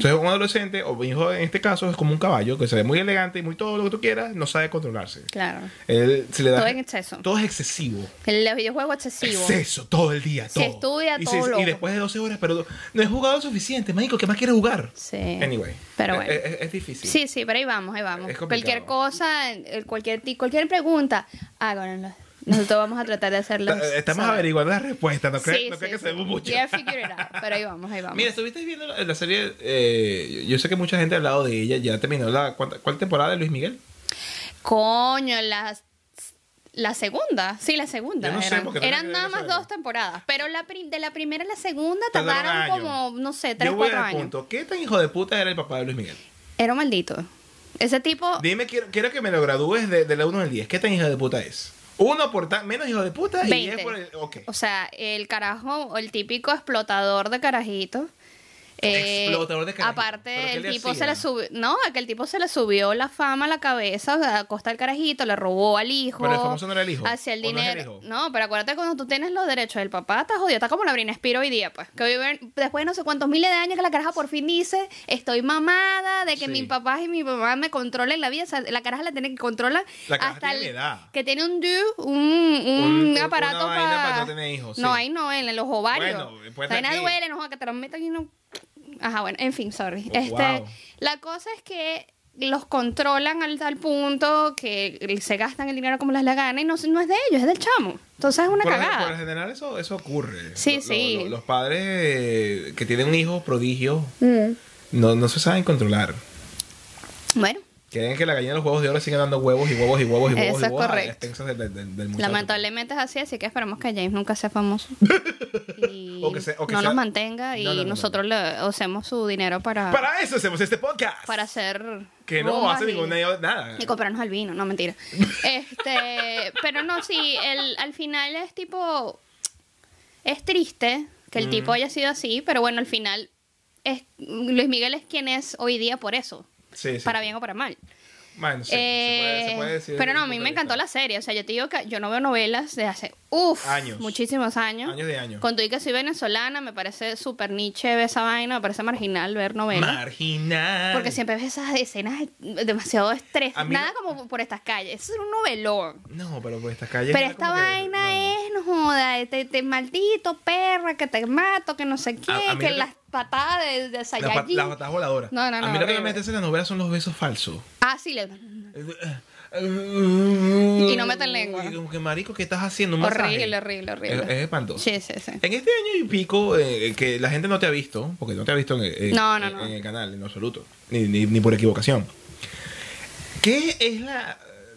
[SPEAKER 1] Entonces un adolescente, o un hijo en este caso, es como un caballo que se ve muy elegante y muy todo lo que tú quieras, no sabe controlarse.
[SPEAKER 2] claro.
[SPEAKER 1] Él se le da...
[SPEAKER 2] Todo en exceso.
[SPEAKER 1] Todo es excesivo.
[SPEAKER 2] El videojuego excesivo.
[SPEAKER 1] Exceso todo el día.
[SPEAKER 2] Se
[SPEAKER 1] Todo.
[SPEAKER 2] estudia
[SPEAKER 1] y
[SPEAKER 2] todo loco.
[SPEAKER 1] Y después de 12 horas, pero no he jugado suficiente, Médico, ¿qué más quieres jugar?
[SPEAKER 2] Sí.
[SPEAKER 1] Anyway.
[SPEAKER 2] Pero
[SPEAKER 1] Eh,
[SPEAKER 2] bueno.
[SPEAKER 1] eh, Es, es difícil.
[SPEAKER 2] Sí, sí, pero ahí vamos, ahí vamos.
[SPEAKER 1] Es complicado.
[SPEAKER 2] Cualquier cosa, eh, cualquier, ti- cualquier pregunta, háganoslo. Nosotros vamos a tratar de hacerlas.
[SPEAKER 1] Ta- eh, Estamos
[SPEAKER 2] saber.
[SPEAKER 1] averiguando la respuesta, no creo
[SPEAKER 2] Sí,
[SPEAKER 1] no
[SPEAKER 2] sí,
[SPEAKER 1] creo que
[SPEAKER 2] sí.
[SPEAKER 1] sabemos mucho.
[SPEAKER 2] Yeah, figure it out. Pero ahí vamos, ahí vamos.
[SPEAKER 1] Mira, estuviste viendo la, la serie. eh, yo sé que mucha gente ha hablado de ella. Ya terminó la. ¿cuánta- ¿Cuál temporada de Luis Miguel?
[SPEAKER 2] Coño, la, la segunda. Sí, la segunda.
[SPEAKER 1] Yo no sé,
[SPEAKER 2] eran
[SPEAKER 1] porque tengo
[SPEAKER 2] eran
[SPEAKER 1] que
[SPEAKER 2] nada
[SPEAKER 1] ver
[SPEAKER 2] más
[SPEAKER 1] esa
[SPEAKER 2] dos temporadas. Pero la pri- de la primera a la segunda
[SPEAKER 1] Tardaron
[SPEAKER 2] tardaron
[SPEAKER 1] años.
[SPEAKER 2] como, no sé,
[SPEAKER 1] Yo
[SPEAKER 2] tres,
[SPEAKER 1] voy
[SPEAKER 2] cuatro
[SPEAKER 1] al
[SPEAKER 2] años.
[SPEAKER 1] punto. ¿Qué tan hijo de puta era el papá de Luis Miguel?
[SPEAKER 2] Era un maldito. Ese tipo,
[SPEAKER 1] Dime, quiero, quiero que me lo gradúes de, de la 1 al 10. ¿Qué tan hijo de puta es? Uno por tan, menos hijo de puta y 10
[SPEAKER 2] 20.
[SPEAKER 1] por el. Ok.
[SPEAKER 2] O sea, el carajo, o el típico explotador de carajitos.
[SPEAKER 1] Explotador de carajitos. ¿Pero qué
[SPEAKER 2] Aparte, el
[SPEAKER 1] le
[SPEAKER 2] tipo
[SPEAKER 1] hacía?
[SPEAKER 2] se le subió. No, aquel tipo se le subió la fama a la cabeza o sea, a costa del carajito, le robó al hijo.
[SPEAKER 1] Pero el famoso no era el hijo,
[SPEAKER 2] Hacia el
[SPEAKER 1] ¿o no es el
[SPEAKER 2] dinero.
[SPEAKER 1] hijo?
[SPEAKER 2] No, pero acuérdate cuando tú tienes los derechos del papá, estás jodido. Está como la Brina Spiro hoy día, pues. Que vive- después de no sé cuántos miles de años que la caraja por fin dice: Estoy mamada de que
[SPEAKER 1] Sí.
[SPEAKER 2] mis papás y mi mamá me controlen la vida. O sea, la caraja la tiene que controlar.
[SPEAKER 1] La caraja
[SPEAKER 2] hasta
[SPEAKER 1] tiene
[SPEAKER 2] el-
[SPEAKER 1] la edad.
[SPEAKER 2] Que tiene un do, un, un
[SPEAKER 1] Un-
[SPEAKER 2] Mm, aparato
[SPEAKER 1] una vaina
[SPEAKER 2] pa-
[SPEAKER 1] para no tener hijos,
[SPEAKER 2] No,
[SPEAKER 1] sí.
[SPEAKER 2] ahí no, en los ovarios.
[SPEAKER 1] Bueno, pues
[SPEAKER 2] Bueno,
[SPEAKER 1] puede
[SPEAKER 2] la vaina
[SPEAKER 1] ser que-
[SPEAKER 2] duele, no joda, que te lo metan y no. Ajá, bueno, en fin, sorry.
[SPEAKER 1] Oh,
[SPEAKER 2] este,
[SPEAKER 1] wow.
[SPEAKER 2] La cosa es que los controlan al tal punto que se gastan el dinero como les la gana y no, no es de ellos, es del chamo. Entonces es una
[SPEAKER 1] por, lo-
[SPEAKER 2] cagada.
[SPEAKER 1] por lo general eso, eso ocurre.
[SPEAKER 2] Sí,
[SPEAKER 1] Lo- lo-
[SPEAKER 2] sí.
[SPEAKER 1] lo- los padres eh, que tienen hijos prodigios
[SPEAKER 2] Mm.
[SPEAKER 1] no, no se saben controlar.
[SPEAKER 2] Bueno,
[SPEAKER 1] Quieren que la gallina de los huevos de oro siga dando huevos y huevos y huevos y huevos.
[SPEAKER 2] Eso
[SPEAKER 1] y
[SPEAKER 2] es
[SPEAKER 1] huevos a
[SPEAKER 2] correcto.
[SPEAKER 1] expensas del, del- del- del muchacho.
[SPEAKER 2] lamentablemente es así, así que esperemos que James nunca sea famoso. Y
[SPEAKER 1] O que sea- o que
[SPEAKER 2] no
[SPEAKER 1] sea-
[SPEAKER 2] nos mantenga y
[SPEAKER 1] No, no, no, no.
[SPEAKER 2] nosotros le usemos su dinero para, para,
[SPEAKER 1] Para eso hacemos este podcast.
[SPEAKER 2] hacer.
[SPEAKER 1] que no
[SPEAKER 2] rumbas
[SPEAKER 1] hace
[SPEAKER 2] y-
[SPEAKER 1] ninguna nada.
[SPEAKER 2] Y comprarnos el vino, no mentira. Este, pero no, sí, el, al final es tipo. Es triste que el
[SPEAKER 1] Mm.
[SPEAKER 2] tipo haya sido así, pero bueno, al final es, Luis Miguel es quien es hoy día por eso.
[SPEAKER 1] Sí, sí.
[SPEAKER 2] Para bien o para mal.
[SPEAKER 1] Bueno, sí, se puede- se
[SPEAKER 2] Eh,
[SPEAKER 1] puede decir
[SPEAKER 2] pero
[SPEAKER 1] desde
[SPEAKER 2] no, a
[SPEAKER 1] un
[SPEAKER 2] mí
[SPEAKER 1] punto
[SPEAKER 2] me
[SPEAKER 1] de
[SPEAKER 2] encantó
[SPEAKER 1] vista.
[SPEAKER 2] la serie. O sea, yo te digo que yo no veo novelas desde hace uff,
[SPEAKER 1] Años.
[SPEAKER 2] muchísimos años.
[SPEAKER 1] Años de años.
[SPEAKER 2] Con tu y que soy venezolana, me parece súper niche ver esa vaina, me parece marginal ver novelas.
[SPEAKER 1] Marginal.
[SPEAKER 2] Porque siempre ves esas escenas demasiado estrés.
[SPEAKER 1] A mí
[SPEAKER 2] Nada
[SPEAKER 1] no-
[SPEAKER 2] como por estas calles. Eso es un novelón.
[SPEAKER 1] No, pero pues, por estas calles.
[SPEAKER 2] Pero
[SPEAKER 1] era
[SPEAKER 2] esta
[SPEAKER 1] como que-
[SPEAKER 2] vaina
[SPEAKER 1] no.
[SPEAKER 2] es, no joda, este, este maldito perra que te mato, que no sé qué,
[SPEAKER 1] A- a mí
[SPEAKER 2] que
[SPEAKER 1] lo que-
[SPEAKER 2] las patadas de, de
[SPEAKER 1] Las pat-
[SPEAKER 2] Saiyajin.
[SPEAKER 1] las patas voladoras.
[SPEAKER 2] No, no, no,
[SPEAKER 1] A mí lo que me
[SPEAKER 2] horrible.
[SPEAKER 1] metes en las novelas son los besos falsos.
[SPEAKER 2] Ah, sí, le...
[SPEAKER 1] Y
[SPEAKER 2] no meten lengua.
[SPEAKER 1] Y como que, marico, ¿qué estás haciendo? Un masaje.
[SPEAKER 2] horrible, horrible, horrible.
[SPEAKER 1] Es, es espantoso.
[SPEAKER 2] Sí, sí, sí.
[SPEAKER 1] En este año y pico, eh, que la gente no te ha visto, porque no te ha visto en, eh,
[SPEAKER 2] No, no,
[SPEAKER 1] en-
[SPEAKER 2] no.
[SPEAKER 1] en el canal, en absoluto, ni, ni- ni por equivocación. ¿Qué es la,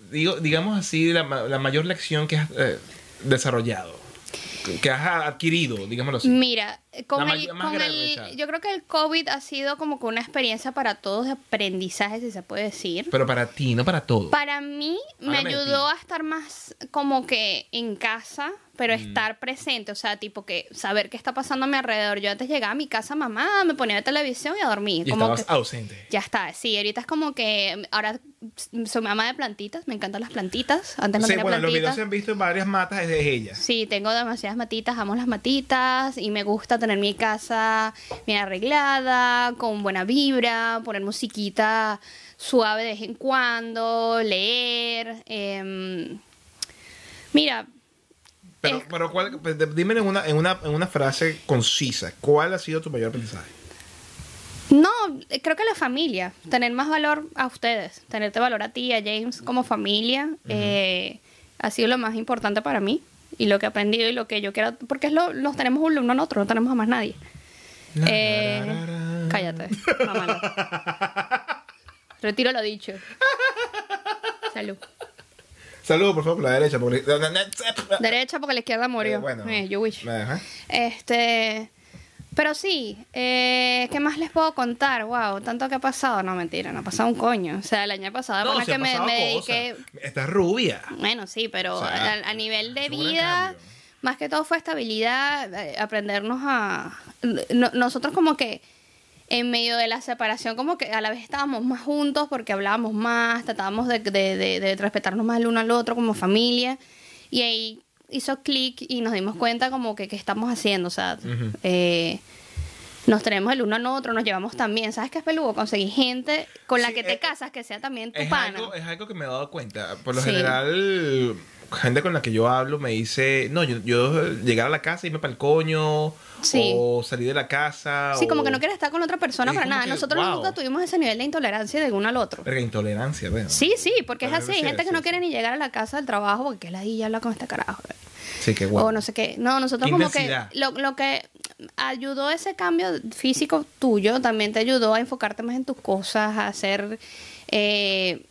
[SPEAKER 1] digo, digamos así, la, ma- la mayor lección que has eh, desarrollado? Que has adquirido, digámoslo
[SPEAKER 2] Mm.
[SPEAKER 1] así.
[SPEAKER 2] Mira, con
[SPEAKER 1] La
[SPEAKER 2] el,
[SPEAKER 1] ma- más
[SPEAKER 2] con
[SPEAKER 1] grave,
[SPEAKER 2] el-
[SPEAKER 1] Chad.
[SPEAKER 2] yo creo que el COVID ha sido como que una experiencia para todos de aprendizaje, si se puede decir.
[SPEAKER 1] Pero para ti, no para todos.
[SPEAKER 2] Para mí me
[SPEAKER 1] Háblame de
[SPEAKER 2] ayudó
[SPEAKER 1] ti.
[SPEAKER 2] a estar más como que en casa, pero
[SPEAKER 1] Mm.
[SPEAKER 2] estar presente, o sea, tipo que saber qué está pasando a mi alrededor. Yo antes llegaba a mi casa, mamá, me ponía la televisión y a dormir.
[SPEAKER 1] y
[SPEAKER 2] como
[SPEAKER 1] estabas
[SPEAKER 2] que-
[SPEAKER 1] ausente.
[SPEAKER 2] ya está, sí, ahorita es como que ahora soy mamá de plantitas, me encantan las plantitas, antes no
[SPEAKER 1] Sí,
[SPEAKER 2] tenía
[SPEAKER 1] bueno, los videos
[SPEAKER 2] plantitas.
[SPEAKER 1] se han visto en varias matas de ella.
[SPEAKER 2] Sí, tengo demasiadas matitas, amo las matitas y me gusta tener mi casa bien arreglada, con buena vibra, poner musiquita suave de vez en cuando, leer. em, mira,
[SPEAKER 1] Pero,
[SPEAKER 2] Es-
[SPEAKER 1] pero ¿cuál, pues, de- dime en una, en, una, en una frase concisa, ¿cuál ha sido tu mayor aprendizaje?
[SPEAKER 2] no, creo que la familia, tener más valor a ustedes, tenerte valor a ti, a James como familia, eh, ha sido lo más importante para mí y lo que he aprendido y lo que yo quiero, porque es lo, los tenemos uno al otro, no tenemos a más nadie. Eh, cállate, mamá. Retiro lo dicho. Salud.
[SPEAKER 1] Saludos, por favor, por la derecha. Porque...
[SPEAKER 2] Derecha porque la izquierda murió.
[SPEAKER 1] Eh, bueno.
[SPEAKER 2] Eh, you wish.
[SPEAKER 1] Ajá.
[SPEAKER 2] Este. Pero sí, eh, ¿qué más les puedo contar? Wow, tanto que ha pasado. No, mentira, no ha pasado un coño. O sea, el año pasado,
[SPEAKER 1] No,
[SPEAKER 2] apenas
[SPEAKER 1] se
[SPEAKER 2] Ah, que
[SPEAKER 1] han
[SPEAKER 2] me,
[SPEAKER 1] pasado
[SPEAKER 2] me
[SPEAKER 1] cosas.
[SPEAKER 2] dediqué.
[SPEAKER 1] Estás rubia.
[SPEAKER 2] Bueno, sí, pero
[SPEAKER 1] O sea,
[SPEAKER 2] a, a nivel de
[SPEAKER 1] es un gran
[SPEAKER 2] vida,
[SPEAKER 1] cambio.
[SPEAKER 2] más que todo fue estabilidad, eh, aprendernos a... no- nosotros como que en medio de la separación, como que a la vez estábamos más juntos porque hablábamos más, tratábamos de, de- de- de respetarnos más el uno al otro como familia. Y ahí hizo clic y nos dimos cuenta como que qué estamos haciendo, o sea...
[SPEAKER 1] Ujú.
[SPEAKER 2] eh, nos tenemos el uno al otro, nos llevamos también. ¿Sabes qué es peludo? Conseguir gente con la
[SPEAKER 1] Sí,
[SPEAKER 2] que te
[SPEAKER 1] eh,
[SPEAKER 2] casas, que sea también tu
[SPEAKER 1] Es
[SPEAKER 2] pana.
[SPEAKER 1] algo, es algo que me he dado cuenta. Por lo
[SPEAKER 2] Sí.
[SPEAKER 1] general, gente con la que yo hablo me dice, no, yo, yo llegar a la casa, irme para el coño,
[SPEAKER 2] Sí.
[SPEAKER 1] o salir de la casa.
[SPEAKER 2] Sí, como
[SPEAKER 1] o-
[SPEAKER 2] que no quieres estar con otra persona
[SPEAKER 1] Es
[SPEAKER 2] para
[SPEAKER 1] como
[SPEAKER 2] nada.
[SPEAKER 1] que,
[SPEAKER 2] Nosotros
[SPEAKER 1] wow.
[SPEAKER 2] nunca tuvimos ese nivel de intolerancia de uno al otro.
[SPEAKER 1] Verga, intolerancia, bueno.
[SPEAKER 2] Sí, sí, porque es
[SPEAKER 1] Pero
[SPEAKER 2] así.
[SPEAKER 1] sí,
[SPEAKER 2] Hay gente que
[SPEAKER 1] sí,
[SPEAKER 2] no
[SPEAKER 1] sí.
[SPEAKER 2] quiere ni llegar a la casa del trabajo porque es la dilla habla con este carajo.
[SPEAKER 1] Sí, qué guapo.
[SPEAKER 2] O no sé qué. No, nosotros
[SPEAKER 1] Qué
[SPEAKER 2] como que
[SPEAKER 1] intensidad.
[SPEAKER 2] lo, lo que ayudó ese cambio físico tuyo también te ayudó a enfocarte más en tus cosas, a hacer... eh,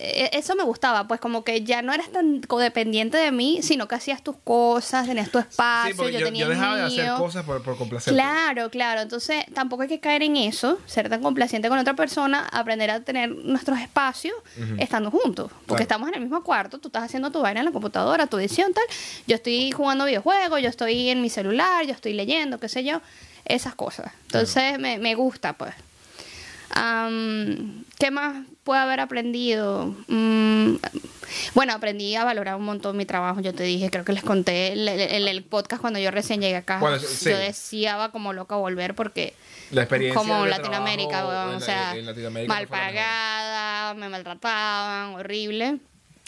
[SPEAKER 2] e- eso me gustaba, pues como que ya no eras tan codependiente de mí, sino que hacías tus cosas, tenías tu espacio,
[SPEAKER 1] sí, porque
[SPEAKER 2] yo,
[SPEAKER 1] yo,
[SPEAKER 2] tenía
[SPEAKER 1] yo
[SPEAKER 2] el
[SPEAKER 1] dejaba de hacer
[SPEAKER 2] mío.
[SPEAKER 1] cosas por, por complacer.
[SPEAKER 2] Claro, claro. Entonces, tampoco hay que caer en eso, ser tan complaciente con otra persona, aprender a tener nuestros espacios estando juntos.
[SPEAKER 1] Claro.
[SPEAKER 2] Porque estamos en el mismo cuarto, tú estás haciendo tu vaina en la computadora, tu edición, tal. Yo estoy jugando videojuegos, yo estoy en mi celular, yo estoy leyendo, qué sé yo, esas cosas. Entonces, me, me gusta, pues. Am, ¿Qué más puedo haber aprendido? Mm, bueno, aprendí a valorar un montón mi trabajo. Yo te dije, creo que les conté en el, el- el podcast cuando yo recién llegué acá.
[SPEAKER 1] Bueno, sí.
[SPEAKER 2] Yo deseaba como loca volver porque
[SPEAKER 1] La experiencia
[SPEAKER 2] como
[SPEAKER 1] de
[SPEAKER 2] Latinoamérica,
[SPEAKER 1] trabajo
[SPEAKER 2] weón,
[SPEAKER 1] en
[SPEAKER 2] o
[SPEAKER 1] la-
[SPEAKER 2] sea,
[SPEAKER 1] en Latinoamérica
[SPEAKER 2] mal
[SPEAKER 1] no fue la mejor.
[SPEAKER 2] pagada, me maltrataban, horrible.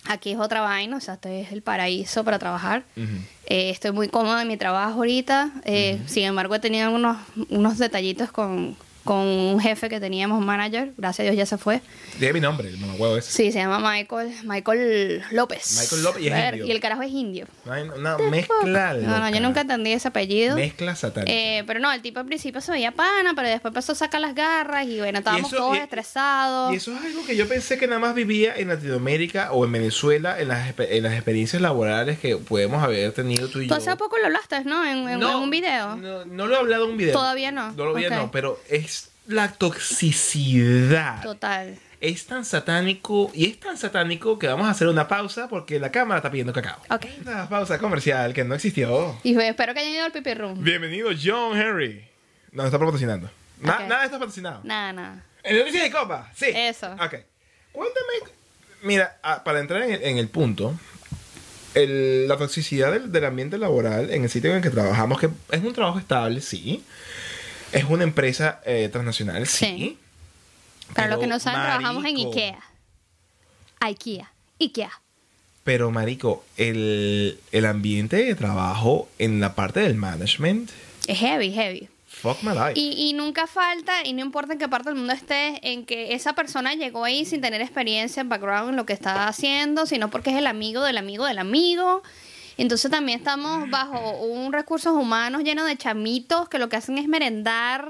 [SPEAKER 2] Aquí es otra vaina, o sea, este es el paraíso para trabajar.
[SPEAKER 1] Ujú.
[SPEAKER 2] Eh, estoy muy cómoda en mi trabajo ahorita. Eh, Sin embargo, he tenido unos, unos detallitos con, con un jefe que teníamos, un manager. Gracias a Dios ya se fue.
[SPEAKER 1] Dije mi nombre, el mamahuevo ese.
[SPEAKER 2] Sí, se llama Michael, Michael López.
[SPEAKER 1] Michael López y es
[SPEAKER 2] Ver,
[SPEAKER 1] indio.
[SPEAKER 2] Y el carajo es indio.
[SPEAKER 1] No hay- Una mezcla.
[SPEAKER 2] No, no, yo
[SPEAKER 1] loca.
[SPEAKER 2] nunca entendí ese apellido.
[SPEAKER 1] Mezcla satánica.
[SPEAKER 2] Eh, pero no, el tipo al principio se veía pana, pero después empezó a sacar las garras y bueno, estábamos
[SPEAKER 1] eso-
[SPEAKER 2] todos
[SPEAKER 1] y-
[SPEAKER 2] estresados.
[SPEAKER 1] Y eso es algo que yo pensé que nada más vivía en Latinoamérica o en Venezuela, en las, exper- en las experiencias laborales que podemos haber tenido tú y
[SPEAKER 2] Tú
[SPEAKER 1] yo.
[SPEAKER 2] hace poco lo hablaste, ¿no? En, en- en un video.
[SPEAKER 1] No, no lo he hablado en un video.
[SPEAKER 2] Todavía no.
[SPEAKER 1] Todavía
[SPEAKER 2] Ok.
[SPEAKER 1] no, pero es la toxicidad.
[SPEAKER 2] Total.
[SPEAKER 1] Es tan satánico y es tan satánico que vamos a hacer una pausa porque la cámara está pidiendo cacao.
[SPEAKER 2] Ok.
[SPEAKER 1] Una pausa comercial que no existió.
[SPEAKER 2] Y bueno, espero que hayan ido al pipi room.
[SPEAKER 1] Bienvenido John Henry. Nos está patrocinando. Na-
[SPEAKER 2] Ok.
[SPEAKER 1] Nada de esto es patrocinado.
[SPEAKER 2] Nada, nada.
[SPEAKER 1] ¿En noticias de copa? Sí.
[SPEAKER 2] Eso.
[SPEAKER 1] Ok. Cuéntame. Mira, ah, para entrar en el, en el punto, el- la toxicidad del, del ambiente laboral en el sitio en el que trabajamos, que es un trabajo estable, sí. Es una empresa eh, transnacional, sí.
[SPEAKER 2] Sí. Para los que no saben, trabajamos en
[SPEAKER 1] marico,
[SPEAKER 2] Ikea. IKEA. IKEA.
[SPEAKER 1] Pero, marico, el, el ambiente de trabajo en la parte del management,
[SPEAKER 2] Es heavy, heavy.
[SPEAKER 1] fuck my life.
[SPEAKER 2] Y, y nunca falta, y no importa en qué parte del mundo estés, en que esa persona llegó ahí sin tener experiencia en background en lo que está haciendo, sino porque es el amigo del amigo del amigo. Entonces también estamos bajo un recursos humanos lleno de chamitos que lo que hacen es merendar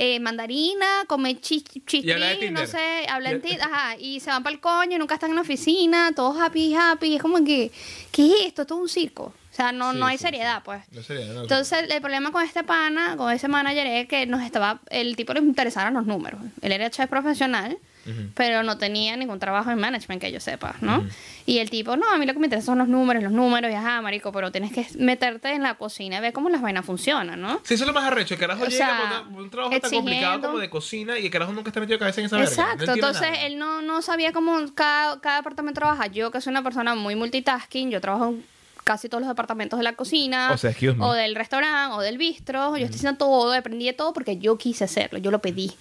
[SPEAKER 2] eh, mandarina, comer chi-
[SPEAKER 1] Y hablar de
[SPEAKER 2] chitrín, no
[SPEAKER 1] Tinder.
[SPEAKER 2] sé, hablan
[SPEAKER 1] Y-
[SPEAKER 2] Tinder, ajá, y se van para el coño y nunca están en la oficina, todos happy, happy. Es como que, ¿qué es esto? Esto es un circo. O sea, no,
[SPEAKER 1] Sí,
[SPEAKER 2] no hay
[SPEAKER 1] sí,
[SPEAKER 2] seriedad,
[SPEAKER 1] sí.
[SPEAKER 2] pues.
[SPEAKER 1] No sería nada.
[SPEAKER 2] Entonces, el problema con este pana, con ese manager, es que nos estaba, el tipo le interesaron los números. Él era chef profesional,
[SPEAKER 1] Ujú.
[SPEAKER 2] pero no tenía ningún trabajo en management que yo sepa, ¿no? Y el tipo, no, a mí lo que me interesa son los números, los números, y ajá, marico, pero tienes que meterte en la cocina y ver cómo las vainas funcionan, ¿no?
[SPEAKER 1] Sí, eso es lo más arrecho. El carajo
[SPEAKER 2] O
[SPEAKER 1] llega
[SPEAKER 2] sea,
[SPEAKER 1] por una- por un trabajo tan
[SPEAKER 2] exigiendo.
[SPEAKER 1] complicado como de cocina y el carajo nunca está metido cabeza en esa verga.
[SPEAKER 2] Exacto,
[SPEAKER 1] No entiendo
[SPEAKER 2] entonces
[SPEAKER 1] nada.
[SPEAKER 2] él no, no sabía cómo cada, cada departamento trabaja. Yo, que soy una persona muy multitasking, yo trabajo en casi todos los departamentos de la cocina,
[SPEAKER 1] O sea, excuse me.
[SPEAKER 2] o del restaurante, o del bistro. Yo estoy haciendo todo, aprendí de todo porque yo quise hacerlo, yo lo pedí,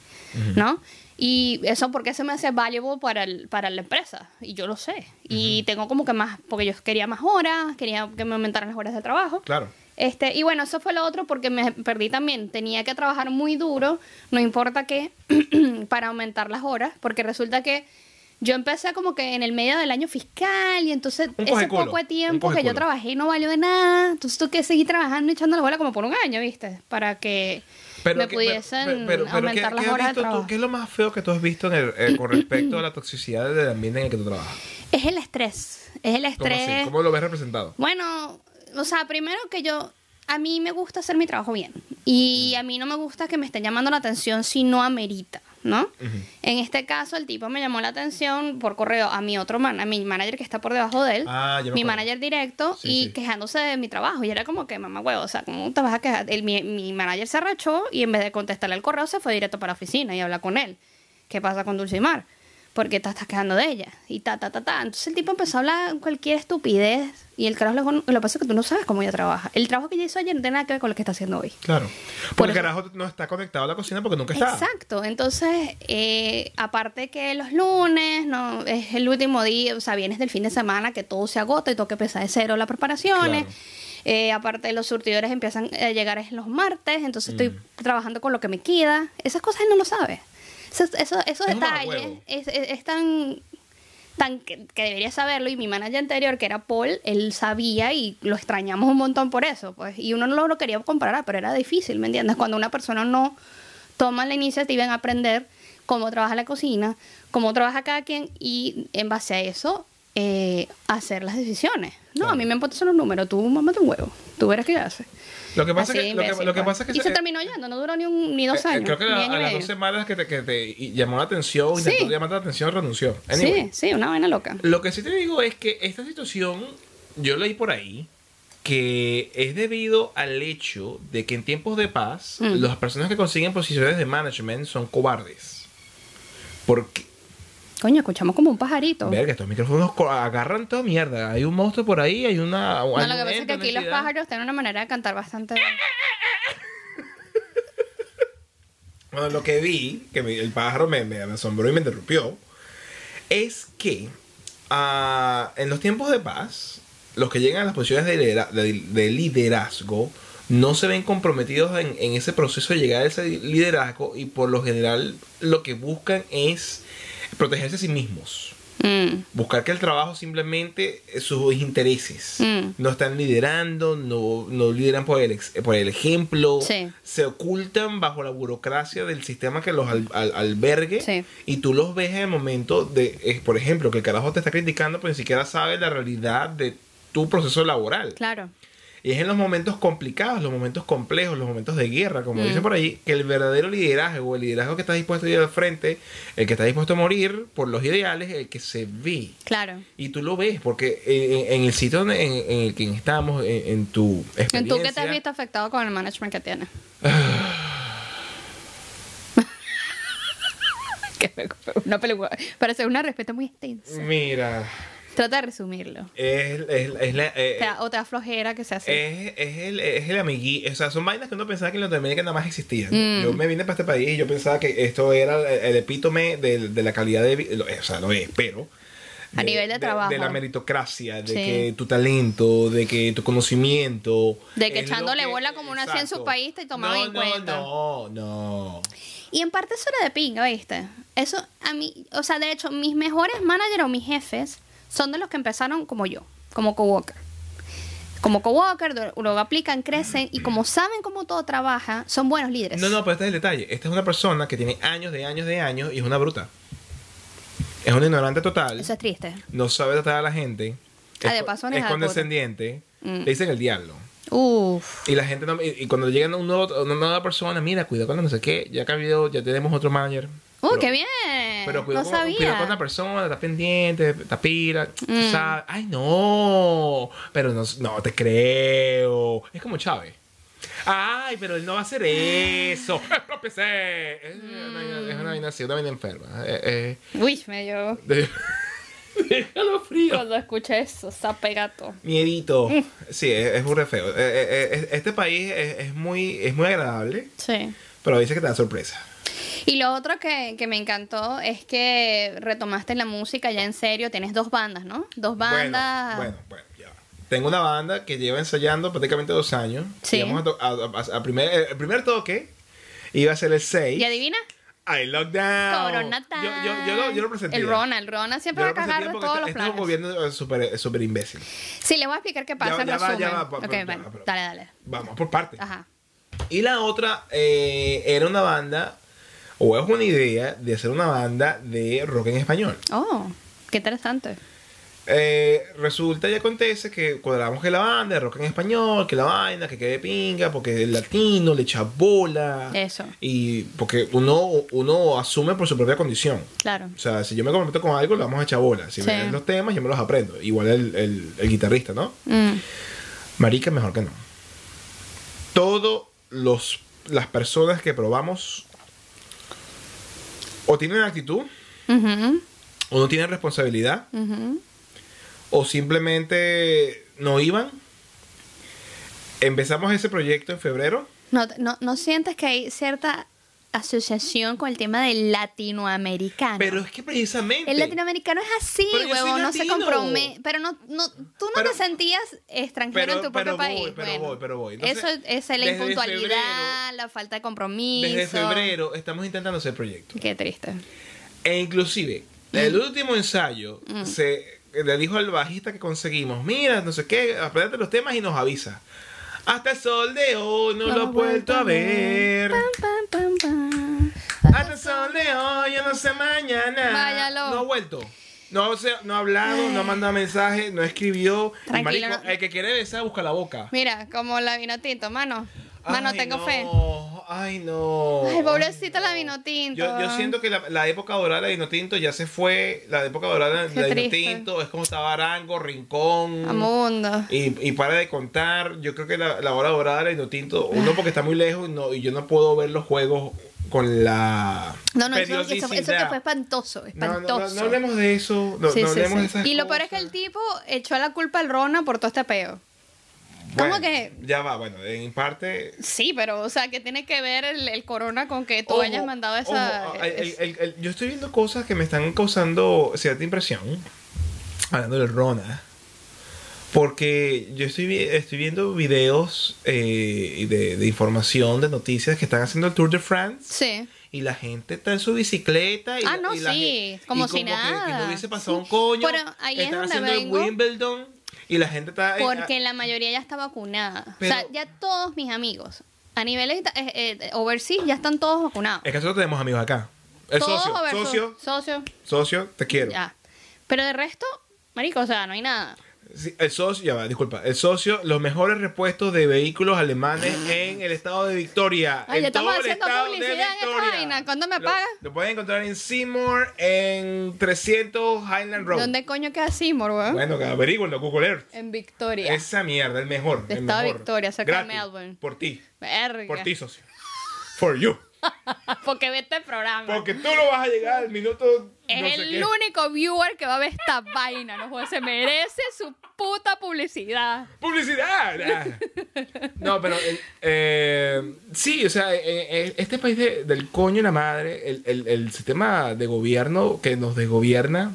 [SPEAKER 2] ¿no? Y eso porque se me hace valuable para, el- para la empresa, y yo lo sé. Y tengo como que más, porque yo quería más horas, quería que me aumentaran las horas de trabajo.
[SPEAKER 1] Claro.
[SPEAKER 2] Este, y bueno, eso fue lo otro porque me perdí también. Tenía que trabajar muy duro, no importa qué, para aumentar las horas, porque resulta que yo empecé como que en el medio del año fiscal y entonces
[SPEAKER 1] Un
[SPEAKER 2] ese
[SPEAKER 1] cogeculo,
[SPEAKER 2] poco de
[SPEAKER 1] un
[SPEAKER 2] tiempo que yo
[SPEAKER 1] cogeculo.
[SPEAKER 2] trabajé no valió de nada. Entonces tuve que seguir trabajando y echando la bola como por un año, ¿viste? Para que me
[SPEAKER 1] que-
[SPEAKER 2] pudiesen
[SPEAKER 1] pero- pero ¿qué-
[SPEAKER 2] aumentar
[SPEAKER 1] qué
[SPEAKER 2] las
[SPEAKER 1] has
[SPEAKER 2] horas de
[SPEAKER 1] visto tú?
[SPEAKER 2] trabajo.
[SPEAKER 1] ¿Qué es lo más feo que tú has visto en el- eh, con respecto a la toxicidad del ambiente en el que tú trabajas?
[SPEAKER 2] Es el estrés, es el
[SPEAKER 1] ¿Cómo,
[SPEAKER 2] estrés.
[SPEAKER 1] así? ¿Cómo lo ves representado?
[SPEAKER 2] Bueno, o sea, primero que yo, a mí me gusta hacer mi trabajo bien y a mí no me gusta que me estén llamando la atención si no amerita, ¿no? En este caso, el tipo me llamó la atención por correo a mi otro man, a mi manager que está por debajo de él,
[SPEAKER 1] Ah, ya me
[SPEAKER 2] mi
[SPEAKER 1] acuerdo.
[SPEAKER 2] manager directo
[SPEAKER 1] Sí,
[SPEAKER 2] y
[SPEAKER 1] sí.
[SPEAKER 2] quejándose de mi trabajo. Y era como que, mamá huevo, o sea, ¿cómo te vas a quejar? El, mi, mi manager se arrachó y en vez de contestarle el correo se fue directo para la oficina y habla con él. ¿Qué pasa con Dulcimar? ¿Por qué te estás quejando de ella? Y ta, ta, ta, ta. Entonces el tipo empezó a hablar cualquier estupidez y el carajo, le dijo, lo que pasa es que tú no sabes cómo ella trabaja. El trabajo que ella hizo ayer no tiene nada que ver con lo que está haciendo hoy.
[SPEAKER 1] Claro.
[SPEAKER 2] Por
[SPEAKER 1] Porque el
[SPEAKER 2] eso-
[SPEAKER 1] carajo no está conectado a la cocina porque nunca está.
[SPEAKER 2] Exacto. Entonces, eh, aparte que los lunes, no, es el último día, o sea, vienes del fin de semana que todo se agota y tengo que empezar de cero las preparaciones.
[SPEAKER 1] Claro.
[SPEAKER 2] Eh, aparte los surtidores empiezan a llegar es los martes, entonces
[SPEAKER 1] Mm.
[SPEAKER 2] estoy trabajando con lo que me queda. Esas cosas él no lo sabe. Esos, esos- esos
[SPEAKER 1] Es un
[SPEAKER 2] detalles
[SPEAKER 1] mamahuevo.
[SPEAKER 2] es, es- es tan tan que, que debería saberlo y mi manager anterior que era Paul él sabía y lo extrañamos un montón por eso pues y uno no lo, lo quería comparar pero era difícil me entiendes cuando una persona no toma la iniciativa en aprender cómo trabaja la cocina, cómo trabaja cada quien y en base a eso eh, hacer las decisiones. No,
[SPEAKER 1] Claro.
[SPEAKER 2] a mí me importan los números, tú mamate un huevo, tú verás qué haces.
[SPEAKER 1] Lo que pasa
[SPEAKER 2] Así
[SPEAKER 1] es que,
[SPEAKER 2] de
[SPEAKER 1] lo que-
[SPEAKER 2] imbécil,
[SPEAKER 1] lo que
[SPEAKER 2] pues.
[SPEAKER 1] pasa es que
[SPEAKER 2] y se
[SPEAKER 1] eh,
[SPEAKER 2] terminó yendo, no duró ni, un, ni dos
[SPEAKER 1] eh,
[SPEAKER 2] años.
[SPEAKER 1] creo que
[SPEAKER 2] ni
[SPEAKER 1] a,
[SPEAKER 2] año
[SPEAKER 1] a las
[SPEAKER 2] y medio.
[SPEAKER 1] dos semanas que te, que te y- llamó la atención,
[SPEAKER 2] Sí.
[SPEAKER 1] intentó llamar la atención, renunció. Anyway,
[SPEAKER 2] Sí, sí, una vaina loca.
[SPEAKER 1] Lo que sí te digo es que esta situación, yo leí por ahí, que es debido al hecho de que en tiempos de paz,
[SPEAKER 2] Mm.
[SPEAKER 1] las personas que consiguen posiciones de management son cobardes. Porque,
[SPEAKER 2] Coño, escuchamos como un pajarito.
[SPEAKER 1] verga, estos micrófonos co- agarran toda mierda. Hay un monstruo por ahí, hay una...
[SPEAKER 2] No, lo que pasa es que aquí los pájaros tienen una manera de cantar bastante.
[SPEAKER 1] Bueno, lo que vi, que me- el pájaro me, me- me asombró y me interrumpió, es que ah, en los tiempos de paz, los que llegan a las posiciones de, lidera- de- de liderazgo no se ven comprometidos en, en ese proceso de llegar a ese liderazgo y por lo general lo que buscan es protegerse a sí mismos.
[SPEAKER 2] Mm,
[SPEAKER 1] Buscar que el trabajo simplemente eh, sus intereses.
[SPEAKER 2] Mm.
[SPEAKER 1] No están liderando, no, no lideran por el, ex- eh, por el ejemplo.
[SPEAKER 2] Sí.
[SPEAKER 1] Se ocultan bajo la burocracia del sistema que los al- al- albergue.
[SPEAKER 2] Sí.
[SPEAKER 1] Y tú los ves en el momento de, eh, por ejemplo, que el carajo te está criticando, pero ni siquiera sabe la realidad de tu proceso laboral.
[SPEAKER 2] claro.
[SPEAKER 1] Y es en los momentos complicados, los momentos complejos, los momentos de guerra, como
[SPEAKER 2] Mm.
[SPEAKER 1] dice por ahí, que el verdadero liderazgo, el liderazgo que está dispuesto a ir al frente, el que está dispuesto a morir por los ideales, el que se ve.
[SPEAKER 2] Claro.
[SPEAKER 1] Y tú lo ves, porque eh, en, en el sitio donde- en, en el que estamos, eh, en, en tu
[SPEAKER 2] ¿En
[SPEAKER 1] experiencia...
[SPEAKER 2] tú qué te has visto afectado con el management que tienes? Qué feo, una película. Parece una respuesta muy extensa.
[SPEAKER 1] Mira,
[SPEAKER 2] Trata de resumirlo.
[SPEAKER 1] es, es, es la... eh,
[SPEAKER 2] O, sea, o te da flojera que se hace.
[SPEAKER 1] es, es el, es el amigui, o sea, son vainas que uno pensaba que en Latinoamérica nada más existían.
[SPEAKER 2] Mm.
[SPEAKER 1] Yo me vine para este país y yo pensaba que esto era el, el epítome de, de la calidad de vida, o sea, lo es, pero...
[SPEAKER 2] A nivel de trabajo.
[SPEAKER 1] De la meritocracia, de
[SPEAKER 2] Sí.
[SPEAKER 1] que tu talento, de que tu conocimiento...
[SPEAKER 2] De que
[SPEAKER 1] es lo
[SPEAKER 2] echándole bola como uno hacía en su
[SPEAKER 1] exacto.
[SPEAKER 2] país te tomaban
[SPEAKER 1] No,
[SPEAKER 2] en
[SPEAKER 1] no,
[SPEAKER 2] cuenta.
[SPEAKER 1] No, no,
[SPEAKER 2] Y en parte eso era de pinga, ¿viste? Eso a mí, o sea, de hecho, mis mejores managers o mis jefes son de los que empezaron como yo, como coworker. Como coworker, do- luego aplican, crecen y como saben cómo todo trabaja, son buenos líderes.
[SPEAKER 1] No, no, pero este es el detalle. Esta es una persona que tiene años de años de años y es una bruta. Es una ignorante total.
[SPEAKER 2] Eso es triste.
[SPEAKER 1] No sabe tratar a la gente.
[SPEAKER 2] Ah,
[SPEAKER 1] es
[SPEAKER 2] de
[SPEAKER 1] co-
[SPEAKER 2] paso,
[SPEAKER 1] es
[SPEAKER 2] nada,
[SPEAKER 1] condescendiente.
[SPEAKER 2] Mm.
[SPEAKER 1] Le dicen el diablo.
[SPEAKER 2] Uf.
[SPEAKER 1] Y la gente no- y, y cuando llega un nuevo- una nueva persona, mira, cuidado con la no sé qué, ya cambió, ya tenemos otro manager.
[SPEAKER 2] Uh,
[SPEAKER 1] Pero-
[SPEAKER 2] qué bien.
[SPEAKER 1] Pero
[SPEAKER 2] Eh, no
[SPEAKER 1] cuidado, con,
[SPEAKER 2] sabía.
[SPEAKER 1] cuidado con la persona, está pendiente, está pila, tú
[SPEAKER 2] Mm.
[SPEAKER 1] sabes. Ay, no, pero no, no te creo. Es como Chávez. Ay, pero él no va a hacer eso.
[SPEAKER 2] Ah.
[SPEAKER 1] Empecé. Es una vaina- es
[SPEAKER 2] Mm.
[SPEAKER 1] una vaina así, una vaina enferma. Eh,
[SPEAKER 2] Uy, me dio.
[SPEAKER 1] eh, de- Déjalo frío.
[SPEAKER 2] Cuando escuché eso, sape gato.
[SPEAKER 1] Miedito.
[SPEAKER 2] Mm.
[SPEAKER 1] Sí, es, es burda de feo. Eh, eh, eh, este país es, es muy, es muy agradable,
[SPEAKER 2] Sí.
[SPEAKER 1] pero dice que te da sorpresa.
[SPEAKER 2] Y lo otro que, que me encantó es que retomaste la música ya en serio. Tienes dos bandas, ¿no? Dos bandas.
[SPEAKER 1] Bueno, bueno, bueno, ya. va. Tengo una banda que lleva ensayando prácticamente dos años.
[SPEAKER 2] Sí.
[SPEAKER 1] Íbamos a to- a- a- a primer, el primer toque iba a ser el 6.
[SPEAKER 2] ¿Y adivina?
[SPEAKER 1] I Lockdown.
[SPEAKER 2] Coronata.
[SPEAKER 1] Ah, Yo, yo, yo lo, yo lo presenté.
[SPEAKER 2] El Rona, el Rona siempre va a cagar de todos
[SPEAKER 1] Este es
[SPEAKER 2] los
[SPEAKER 1] un
[SPEAKER 2] planes.
[SPEAKER 1] gobierno eh, súper súper imbécil.
[SPEAKER 2] Sí, le voy a explicar qué pasa
[SPEAKER 1] Ya-
[SPEAKER 2] en
[SPEAKER 1] ya va,
[SPEAKER 2] resumen.
[SPEAKER 1] ya va, pa-
[SPEAKER 2] Ok,
[SPEAKER 1] pa- ya
[SPEAKER 2] bueno,
[SPEAKER 1] va, pero-
[SPEAKER 2] dale, dale.
[SPEAKER 1] Vamos por partes.
[SPEAKER 2] Ajá.
[SPEAKER 1] Y la otra eh, era una banda, o es una idea de hacer una banda de rock en español.
[SPEAKER 2] Oh, qué interesante.
[SPEAKER 1] Eh, resulta y acontece que cuadramos que la banda de rock en español, que la vaina, que quede pinga, porque el latino le echa bola.
[SPEAKER 2] Eso.
[SPEAKER 1] Y porque uno, uno asume por su propia condición.
[SPEAKER 2] Claro.
[SPEAKER 1] O sea, si yo me comprometo con algo, le vamos a echar bola. Si
[SPEAKER 2] Sí.
[SPEAKER 1] me dan los temas, yo me los aprendo. Igual el, el- el guitarrista, ¿no?
[SPEAKER 2] Mm,
[SPEAKER 1] Marica, mejor que no. Todos los las personas que probamos o tienen actitud,
[SPEAKER 2] ujú,
[SPEAKER 1] o no tienen responsabilidad,
[SPEAKER 2] ujú.
[SPEAKER 1] o simplemente no iban. Empezamos ese proyecto en febrero.
[SPEAKER 2] No, te- no, no sientes que hay cierta asociación con el tema del latinoamericano.
[SPEAKER 1] Pero es que precisamente.
[SPEAKER 2] el latinoamericano es así,
[SPEAKER 1] Pero yo soy
[SPEAKER 2] huevón, no se
[SPEAKER 1] latino.
[SPEAKER 2] compromete. Pero no, no, tú no
[SPEAKER 1] Pero-
[SPEAKER 2] te sentías extranjero en tu
[SPEAKER 1] pero
[SPEAKER 2] propio país.
[SPEAKER 1] Voy, pero
[SPEAKER 2] bueno.
[SPEAKER 1] voy, pero voy. Entonces,
[SPEAKER 2] Eso es la
[SPEAKER 1] desde
[SPEAKER 2] impuntualidad,
[SPEAKER 1] febrero-
[SPEAKER 2] la falta de compromiso.
[SPEAKER 1] Desde febrero estamos intentando hacer proyecto.
[SPEAKER 2] Qué triste.
[SPEAKER 1] E inclusive, el último ensayo se le dijo al bajista que conseguimos, mira, no sé qué, aprendete los temas y nos avisa. Hasta el sol de hoy no, lo he vuelto a ver.
[SPEAKER 2] Pam, pam, pam, pam.
[SPEAKER 1] Hasta el sol de hoy, yo no sé mañana.
[SPEAKER 2] Váyalo.
[SPEAKER 1] No ha vuelto. No, se- no ha hablado, no ha mandado mensaje, no escribió. Y,
[SPEAKER 2] Tranquilo,
[SPEAKER 1] marico,
[SPEAKER 2] no-
[SPEAKER 1] El que quiere besar, busca la boca.
[SPEAKER 2] Mira, como la vino tinto, mano. Mano,
[SPEAKER 1] Ay,
[SPEAKER 2] tengo
[SPEAKER 1] no,
[SPEAKER 2] fe.
[SPEAKER 1] Ay, no.
[SPEAKER 2] Ay, pobrecita la vino
[SPEAKER 1] Yo,
[SPEAKER 2] tinto.
[SPEAKER 1] yo siento que la, la época dorada de Vinotinto ya se fue. La época dorada
[SPEAKER 2] Qué
[SPEAKER 1] de
[SPEAKER 2] triste.
[SPEAKER 1] Vinotinto es como estaba Arango, Rincón.
[SPEAKER 2] Amundo.
[SPEAKER 1] Y, y para de contar, yo creo que la, la hora dorada de Vinotinto, uno porque está muy lejos y, no, y yo no puedo ver los juegos con la.
[SPEAKER 2] No, no, eso, eso- eso
[SPEAKER 1] periodicidad.
[SPEAKER 2] te fue espantoso,
[SPEAKER 1] No, no, no,
[SPEAKER 2] espantoso.
[SPEAKER 1] no hablemos de eso. No,
[SPEAKER 2] Sí,
[SPEAKER 1] no
[SPEAKER 2] sí,
[SPEAKER 1] hablemos
[SPEAKER 2] sí.
[SPEAKER 1] de esas
[SPEAKER 2] Y lo peor es que el
[SPEAKER 1] cosas.
[SPEAKER 2] tipo echó la culpa al Rona por todo este peo.
[SPEAKER 1] Bueno,
[SPEAKER 2] ¿Cómo que?
[SPEAKER 1] Ya va, bueno, en parte.
[SPEAKER 2] Sí, pero, o sea, que tiene que ver el, el corona con que tú
[SPEAKER 1] Ojo,
[SPEAKER 2] hayas mandado
[SPEAKER 1] ojo,
[SPEAKER 2] esa...
[SPEAKER 1] a- el-
[SPEAKER 2] es-
[SPEAKER 1] el- el- yo estoy viendo cosas que me están causando cierta impresión. Hablando del Rona. Porque yo estoy, vi- estoy viendo videos eh, de, de información, de noticias que están haciendo el Tour de France.
[SPEAKER 2] Sí.
[SPEAKER 1] Y la gente está en su bicicleta. Y, la-
[SPEAKER 2] Ah, no,
[SPEAKER 1] y la
[SPEAKER 2] sí,
[SPEAKER 1] gen-
[SPEAKER 2] como
[SPEAKER 1] y
[SPEAKER 2] si
[SPEAKER 1] que- Que,
[SPEAKER 2] nada.
[SPEAKER 1] no hubiese pasado
[SPEAKER 2] Sí.
[SPEAKER 1] un coño.
[SPEAKER 2] Pero ahí es
[SPEAKER 1] están
[SPEAKER 2] donde
[SPEAKER 1] haciendo
[SPEAKER 2] vengo.
[SPEAKER 1] el Wimbledon. Y la gente está. eh,
[SPEAKER 2] Porque la mayoría ya está vacunada.
[SPEAKER 1] Pero-
[SPEAKER 2] o sea, ya todos mis amigos, a nivel eh, eh, overseas, ya están todos vacunados.
[SPEAKER 1] Es que nosotros tenemos amigos acá. El
[SPEAKER 2] todos
[SPEAKER 1] Eh, socio,
[SPEAKER 2] overseas.
[SPEAKER 1] socio,
[SPEAKER 2] Socio,
[SPEAKER 1] socio, te quiero.
[SPEAKER 2] ya. Pero de resto, marico, o sea, no hay nada.
[SPEAKER 1] Sí, el socio, ya va, disculpa. El socio, los mejores repuestos de vehículos alemanes en el estado de Victoria.
[SPEAKER 2] Ay,
[SPEAKER 1] en
[SPEAKER 2] ya estamos
[SPEAKER 1] todo el
[SPEAKER 2] haciendo
[SPEAKER 1] estado de
[SPEAKER 2] publicidad en esta
[SPEAKER 1] Victoria.
[SPEAKER 2] vaina. ¿Cuándo me
[SPEAKER 1] Lo-
[SPEAKER 2] pagas?
[SPEAKER 1] Lo, pueden encontrar en Seymour, en 300 Highland Road.
[SPEAKER 2] ¿Dónde ¿Ah? coño queda Seymour, weón?
[SPEAKER 1] Bueno, que averígüenlo, Google Earth.
[SPEAKER 2] En Victoria.
[SPEAKER 1] Esa mierda, el mejor.
[SPEAKER 2] De
[SPEAKER 1] el
[SPEAKER 2] estado de
[SPEAKER 1] mejor.
[SPEAKER 2] Victoria, cerca de
[SPEAKER 1] Gratis,
[SPEAKER 2] Melbourne.
[SPEAKER 1] Por ti.
[SPEAKER 2] Verga.
[SPEAKER 1] Por ti, socio. For you.
[SPEAKER 2] Porque ve este programa.
[SPEAKER 1] Porque tú no vas a llegar al minuto.
[SPEAKER 2] es
[SPEAKER 1] no sé
[SPEAKER 2] el
[SPEAKER 1] qué.
[SPEAKER 2] único viewer que va a ver esta vaina, no joder, se merece su puta publicidad.
[SPEAKER 1] ¡Publicidad! Ah. No, pero eh, eh, sí, o sea, eh, eh, este país de- del coño y la madre, el, el- el sistema de gobierno que nos desgobierna,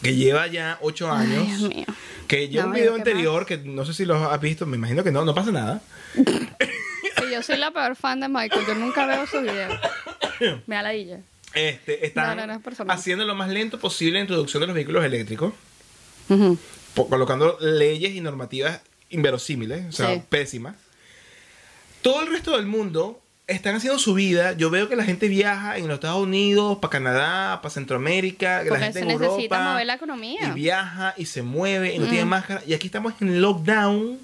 [SPEAKER 1] que lleva ya ocho años.
[SPEAKER 2] Dios mío.
[SPEAKER 1] Que yo
[SPEAKER 2] No,
[SPEAKER 1] un
[SPEAKER 2] yo
[SPEAKER 1] video
[SPEAKER 2] qué
[SPEAKER 1] anterior, que no sé si lo has visto, me imagino que no, no pasa nada.
[SPEAKER 2] Sí, yo soy la peor fan de Michael, yo nunca veo sus videos. Me da la dilla.
[SPEAKER 1] Este, están
[SPEAKER 2] No, no, no, es personal.
[SPEAKER 1] haciendo lo más lento posible la introducción de los vehículos eléctricos, po- colocando leyes y normativas inverosímiles, o sea,
[SPEAKER 2] Sí.
[SPEAKER 1] pésimas. Todo el resto del mundo están haciendo su vida. Yo veo que la gente viaja en los Estados Unidos, para Canadá, para Centroamérica, que la
[SPEAKER 2] Porque
[SPEAKER 1] gente
[SPEAKER 2] se
[SPEAKER 1] en Europa,
[SPEAKER 2] necesita mover la economía. Mm.
[SPEAKER 1] Y viaja y se mueve y no tiene máscara. Y aquí estamos en lockdown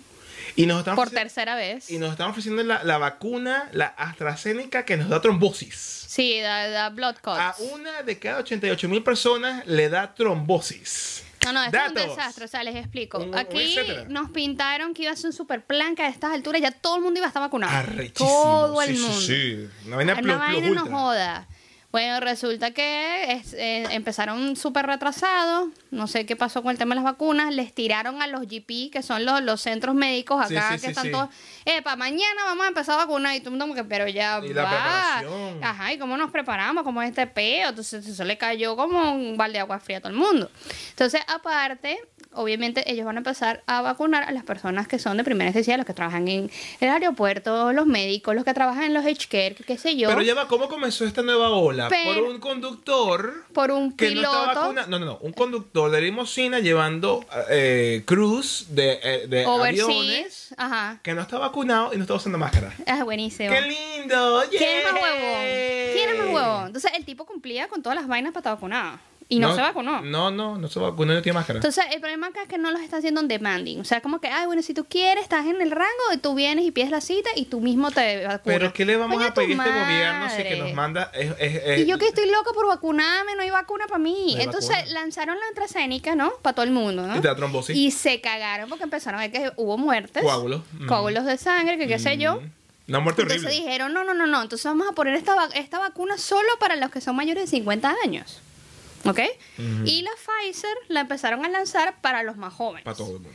[SPEAKER 1] y nos están
[SPEAKER 2] Por
[SPEAKER 1] ofreci-
[SPEAKER 2] tercera vez.
[SPEAKER 1] y nos están ofreciendo la, la vacuna, la AstraZeneca, que nos da trombosis.
[SPEAKER 2] Sí, da, da blood cuts.
[SPEAKER 1] A una de cada 88 mil personas le da trombosis.
[SPEAKER 2] No, no, esto es un
[SPEAKER 1] Datos.
[SPEAKER 2] desastre, o sea, les explico.
[SPEAKER 1] Un- un
[SPEAKER 2] Aquí
[SPEAKER 1] etcétera.
[SPEAKER 2] nos pintaron que iba a ser un super plan que a estas alturas ya todo el mundo iba a estar vacunado.
[SPEAKER 1] Arrechísimo.
[SPEAKER 2] Todo
[SPEAKER 1] Sí,
[SPEAKER 2] el
[SPEAKER 1] sí,
[SPEAKER 2] mundo.
[SPEAKER 1] sí. Una vaina,
[SPEAKER 2] Una
[SPEAKER 1] plus, plus
[SPEAKER 2] vaina no
[SPEAKER 1] ultra.
[SPEAKER 2] joda. Bueno, resulta que es- eh, empezaron súper retrasados. No sé qué pasó con el tema de las vacunas. Les tiraron a los GP, que son los, los centros médicos
[SPEAKER 1] Sí,
[SPEAKER 2] acá,
[SPEAKER 1] sí,
[SPEAKER 2] que
[SPEAKER 1] sí,
[SPEAKER 2] están
[SPEAKER 1] sí.
[SPEAKER 2] todos. Epa, mañana vamos a empezar a vacunar. Y todo el mundo, como que, pero ya
[SPEAKER 1] Y
[SPEAKER 2] va.
[SPEAKER 1] la preparación.
[SPEAKER 2] Ajá, ¿y cómo nos preparamos? ¿Cómo es este peo? Entonces, eso le cayó como un balde de agua fría a todo el mundo. Entonces, aparte. Obviamente ellos van a empezar a vacunar a las personas que son de primera necesidad, los que trabajan en el aeropuerto, los médicos, los que trabajan en los healthcare, que qué sé yo
[SPEAKER 1] Pero ya va, ¿cómo comenzó esta nueva ola?
[SPEAKER 2] Pero-
[SPEAKER 1] Por un conductor
[SPEAKER 2] por un
[SPEAKER 1] que no está
[SPEAKER 2] piloto
[SPEAKER 1] vacunado. No, no, no. Un conductor de limusina llevando eh, cruz de, eh, de aviones
[SPEAKER 2] overseas. Ajá.
[SPEAKER 1] que no está vacunado y no está usando máscara.
[SPEAKER 2] Es buenísimo.
[SPEAKER 1] ¡Qué lindo!
[SPEAKER 2] ¿Quién es más
[SPEAKER 1] ¡Yay!
[SPEAKER 2] huevón? ¿Quién es más huevón? Entonces el tipo cumplía con todas las vainas para estar vacunado. Y no, se vacunó.
[SPEAKER 1] No, no, no se vacunó y no tiene máscara.
[SPEAKER 2] Entonces el problema acá es que no los está haciendo on demanding. O sea, como que, ay, bueno, si tú quieres, estás en el rango y tú vienes y pides la cita y tú mismo te vacunas.
[SPEAKER 1] Pero ¿qué le vamos
[SPEAKER 2] Coño,
[SPEAKER 1] a pedir
[SPEAKER 2] tu
[SPEAKER 1] a este gobierno si que
[SPEAKER 2] madre.
[SPEAKER 1] nos manda... es- es- es-
[SPEAKER 2] Y yo que estoy loca por vacunarme, no hay vacuna para mí.
[SPEAKER 1] No hay
[SPEAKER 2] Entonces
[SPEAKER 1] vacuna.
[SPEAKER 2] lanzaron la AstraZeneca, ¿no? Para todo el mundo, ¿no?
[SPEAKER 1] Y te da trombosis.
[SPEAKER 2] Y se cagaron porque empezaron a ver que hubo muertes.
[SPEAKER 1] Coágulos. Mm.
[SPEAKER 2] Coágulos de sangre, que qué sé yo.
[SPEAKER 1] Mm. Una muerte horrible.
[SPEAKER 2] Entonces dijeron, no, no, no, no, entonces vamos a poner esta, va- esta vacuna solo para los que son mayores de 50 años. ¿Ok? Y la Pfizer la empezaron a lanzar para los más jóvenes.
[SPEAKER 1] Para todo el mundo.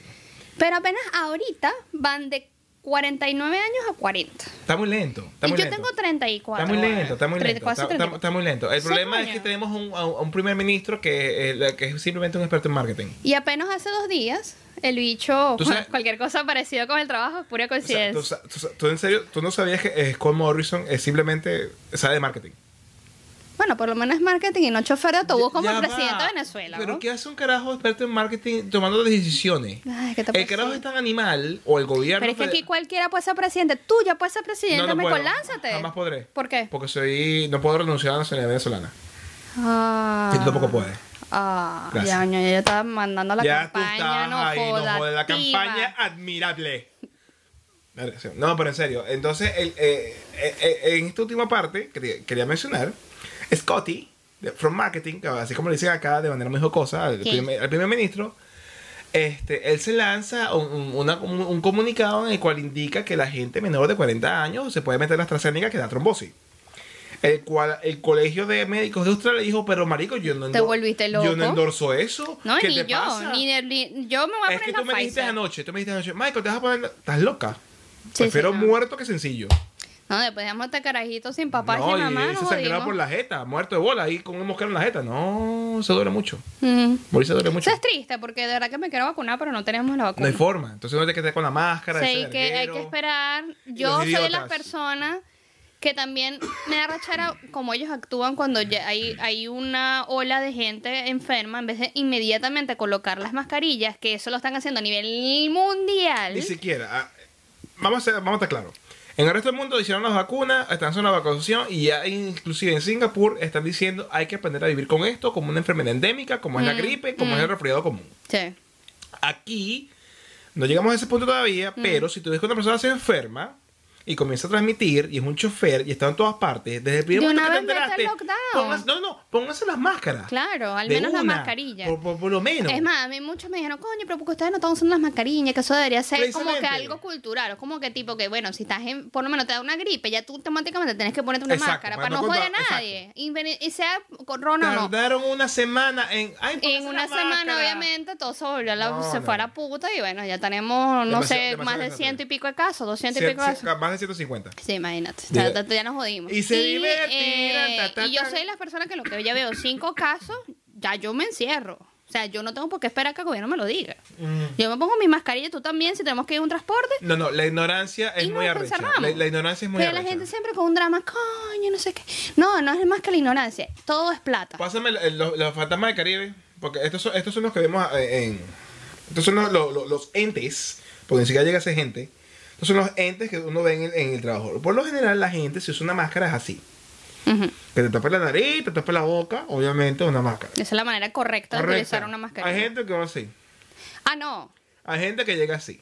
[SPEAKER 2] Pero apenas ahorita van de 49 años a 40.
[SPEAKER 1] Está muy lento. Está
[SPEAKER 2] y
[SPEAKER 1] muy
[SPEAKER 2] yo
[SPEAKER 1] lento.
[SPEAKER 2] tengo 34.
[SPEAKER 1] Está muy lento, está muy
[SPEAKER 2] ahora.
[SPEAKER 1] lento.
[SPEAKER 2] 34,
[SPEAKER 1] Está, está-
[SPEAKER 2] 34.
[SPEAKER 1] está muy lento. El
[SPEAKER 2] Sí,
[SPEAKER 1] problema es
[SPEAKER 2] coño.
[SPEAKER 1] que tenemos un, a un primer ministro que, eh, la- que es simplemente un experto en marketing.
[SPEAKER 2] Y apenas hace dos días, el bicho,
[SPEAKER 1] Tú sabes-
[SPEAKER 2] cualquier cosa parecida con el trabajo, es pura
[SPEAKER 1] O sea,
[SPEAKER 2] coincidencia.
[SPEAKER 1] tú, sa- tú sa- tú en serio, tú no sabías que eh, Scott Morrison es simplemente sabe de marketing.
[SPEAKER 2] Bueno, por lo menos es marketing y no chofer de autobús como
[SPEAKER 1] Ya
[SPEAKER 2] el
[SPEAKER 1] va.
[SPEAKER 2] presidente de Venezuela.
[SPEAKER 1] Pero
[SPEAKER 2] ¿no?
[SPEAKER 1] ¿qué hace un carajo experto en marketing tomando decisiones?
[SPEAKER 2] Ay, ¿qué te
[SPEAKER 1] El
[SPEAKER 2] pasa?
[SPEAKER 1] carajo es tan animal o el gobierno.
[SPEAKER 2] Pero es que
[SPEAKER 1] fede-
[SPEAKER 2] aquí cualquiera puede ser presidente. Tú ya puedes ser presidente,
[SPEAKER 1] No, no
[SPEAKER 2] Mico,
[SPEAKER 1] puedo.
[SPEAKER 2] lánzate.
[SPEAKER 1] Jamás podré.
[SPEAKER 2] ¿Por qué?
[SPEAKER 1] Porque soy. No puedo renunciar a la nacionalidad venezolana.
[SPEAKER 2] Ah.
[SPEAKER 1] Y tú tampoco puedes.
[SPEAKER 2] Ah,
[SPEAKER 1] Gracias.
[SPEAKER 2] ya, ño, ya yo estaba mandando la
[SPEAKER 1] ya tú
[SPEAKER 2] campaña,
[SPEAKER 1] estabas
[SPEAKER 2] no
[SPEAKER 1] ahí,
[SPEAKER 2] joda,
[SPEAKER 1] no jodas. La
[SPEAKER 2] activa.
[SPEAKER 1] campaña ah, admirable. Verga, sí. No, pero en serio. Entonces, el, eh, eh, eh, en esta última parte, que te- quería mencionar, Scotty, de- from Marketing, que así como le dicen acá de manera muy jocosa al,
[SPEAKER 2] Sí.
[SPEAKER 1] primer, al primer ministro, este, él se lanza un, un- una- un- un comunicado en el cual indica que la gente menor de 40 años se puede meter la AstraZeneca que da trombosis. El cual el Colegio de Médicos de Australia dijo, pero marico, yo no
[SPEAKER 2] Te
[SPEAKER 1] endor-
[SPEAKER 2] volviste
[SPEAKER 1] Yo no
[SPEAKER 2] loco.
[SPEAKER 1] endorso eso.
[SPEAKER 2] No,
[SPEAKER 1] ¿Qué
[SPEAKER 2] ni
[SPEAKER 1] te
[SPEAKER 2] yo,
[SPEAKER 1] pasa?
[SPEAKER 2] ni, de- ni- yo me voy a
[SPEAKER 1] es que
[SPEAKER 2] poner
[SPEAKER 1] tú
[SPEAKER 2] la
[SPEAKER 1] me dijiste
[SPEAKER 2] Pfizer.
[SPEAKER 1] anoche, tú me dijiste anoche, Michael, te vas a poner. la- Estás loca.
[SPEAKER 2] Sí,
[SPEAKER 1] Prefiero
[SPEAKER 2] sí, no.
[SPEAKER 1] muerto que sencillo.
[SPEAKER 2] No, después dejamos este carajito sin papá y
[SPEAKER 1] no,
[SPEAKER 2] sin mamá,
[SPEAKER 1] y se
[SPEAKER 2] nos
[SPEAKER 1] sangraba
[SPEAKER 2] jodimos.
[SPEAKER 1] por la jeta, muerto de bola, ahí con un mosquero en la jeta. No, se duele mucho.
[SPEAKER 2] Ujú.
[SPEAKER 1] Morir se duele mucho.
[SPEAKER 2] Eso es triste, porque de verdad que me quiero vacunar, pero no tenemos la
[SPEAKER 1] No
[SPEAKER 2] vacuna.
[SPEAKER 1] hay forma. Entonces no te quedes con la máscara.
[SPEAKER 2] Sí,
[SPEAKER 1] ese
[SPEAKER 2] que hay
[SPEAKER 1] verguero.
[SPEAKER 2] que esperar. Yo
[SPEAKER 1] los
[SPEAKER 2] soy de las
[SPEAKER 1] idiotas.
[SPEAKER 2] personas que también me da rachera como ellos actúan cuando ya hay, hay una ola de gente enferma, en vez de inmediatamente colocar las mascarillas, que eso lo están haciendo a nivel mundial.
[SPEAKER 1] Ni siquiera. ah, Vamos a, ser- vamos a estar claros. En el resto del mundo hicieron las vacunas, están haciendo la vacunación y ya inclusive en Singapur están diciendo hay que aprender a vivir con esto como una enfermedad endémica, como
[SPEAKER 2] Mm,
[SPEAKER 1] es la gripe, como es el resfriado común.
[SPEAKER 2] Sí.
[SPEAKER 1] Aquí no llegamos a ese punto todavía,
[SPEAKER 2] Mm.
[SPEAKER 1] pero si tú ves que una persona se enferma y comienza a transmitir y es un chofer y está en todas partes, desde el primer
[SPEAKER 2] De
[SPEAKER 1] momento
[SPEAKER 2] una
[SPEAKER 1] que te
[SPEAKER 2] vez mete el
[SPEAKER 1] enteraste,
[SPEAKER 2] lockdown.
[SPEAKER 1] póngase- no, no, pónganse las máscaras.
[SPEAKER 2] Claro, al
[SPEAKER 1] De
[SPEAKER 2] menos la
[SPEAKER 1] una,
[SPEAKER 2] mascarilla.
[SPEAKER 1] Por, por- por lo menos.
[SPEAKER 2] Es más, a mí muchos me dijeron, coño, pero porque ustedes no están usando las mascarillas, que eso debería ser como que
[SPEAKER 1] Precisamente.
[SPEAKER 2] algo cultural, o como que tipo que, bueno, si estás en, por lo menos te da una gripe, ya tú automáticamente tienes que ponerte una
[SPEAKER 1] Exacto,
[SPEAKER 2] máscara
[SPEAKER 1] para
[SPEAKER 2] para,
[SPEAKER 1] no
[SPEAKER 2] no joder
[SPEAKER 1] contar-
[SPEAKER 2] a nadie. Y, vene- y sea corona o no.
[SPEAKER 1] Tardaron una semana en. ay, póngase
[SPEAKER 2] En
[SPEAKER 1] la
[SPEAKER 2] una semana,
[SPEAKER 1] máscara.
[SPEAKER 2] obviamente, todo se volvió a la,
[SPEAKER 1] No,
[SPEAKER 2] se
[SPEAKER 1] no.
[SPEAKER 2] fue a la puta y bueno, ya tenemos, no
[SPEAKER 1] Demasiado-
[SPEAKER 2] sé,
[SPEAKER 1] demasiado
[SPEAKER 2] más de
[SPEAKER 1] desastre.
[SPEAKER 2] ciento y pico de casos, doscientos y
[SPEAKER 1] Cien-
[SPEAKER 2] pico de casos.
[SPEAKER 1] cien- más de 150.
[SPEAKER 2] Sí, imagínate.
[SPEAKER 1] Ya.
[SPEAKER 2] Ya, ya- ya nos jodimos. eh,
[SPEAKER 1] Y se divertirán, ta, ta,
[SPEAKER 2] y yo
[SPEAKER 1] ta.
[SPEAKER 2] soy de las personas que lo que ya veo cinco casos, ya yo me encierro. O sea, yo no tengo por qué esperar que el gobierno me lo diga. Yo me pongo mi mascarilla, tú también, si tenemos que ir a un transporte.
[SPEAKER 1] No, no, la ignorancia es
[SPEAKER 2] Y nos
[SPEAKER 1] muy arrecha.
[SPEAKER 2] encerramos.
[SPEAKER 1] La, la ignorancia es muy
[SPEAKER 2] Pero la
[SPEAKER 1] arrecha.
[SPEAKER 2] gente siempre con un drama, coño, no sé qué. No, no es más que la ignorancia. Todo es plata.
[SPEAKER 1] Pásame el- el- los, los fantasmas del Caribe, porque estos son, estos son los que vemos eh, en... Estos son los, los- los- los entes, porque ni siquiera llega a ser gente. Estos son los entes que uno ve en el, en el trabajo. Por lo general, la gente, si usa una máscara, es así.
[SPEAKER 2] Ujú.
[SPEAKER 1] Que te tapa la nariz, te tapa la boca, obviamente una máscara.
[SPEAKER 2] Esa es la manera correcta de
[SPEAKER 1] Correcto.
[SPEAKER 2] utilizar una mascarilla.
[SPEAKER 1] Hay gente que va así.
[SPEAKER 2] Ah, no.
[SPEAKER 1] Hay gente que llega así.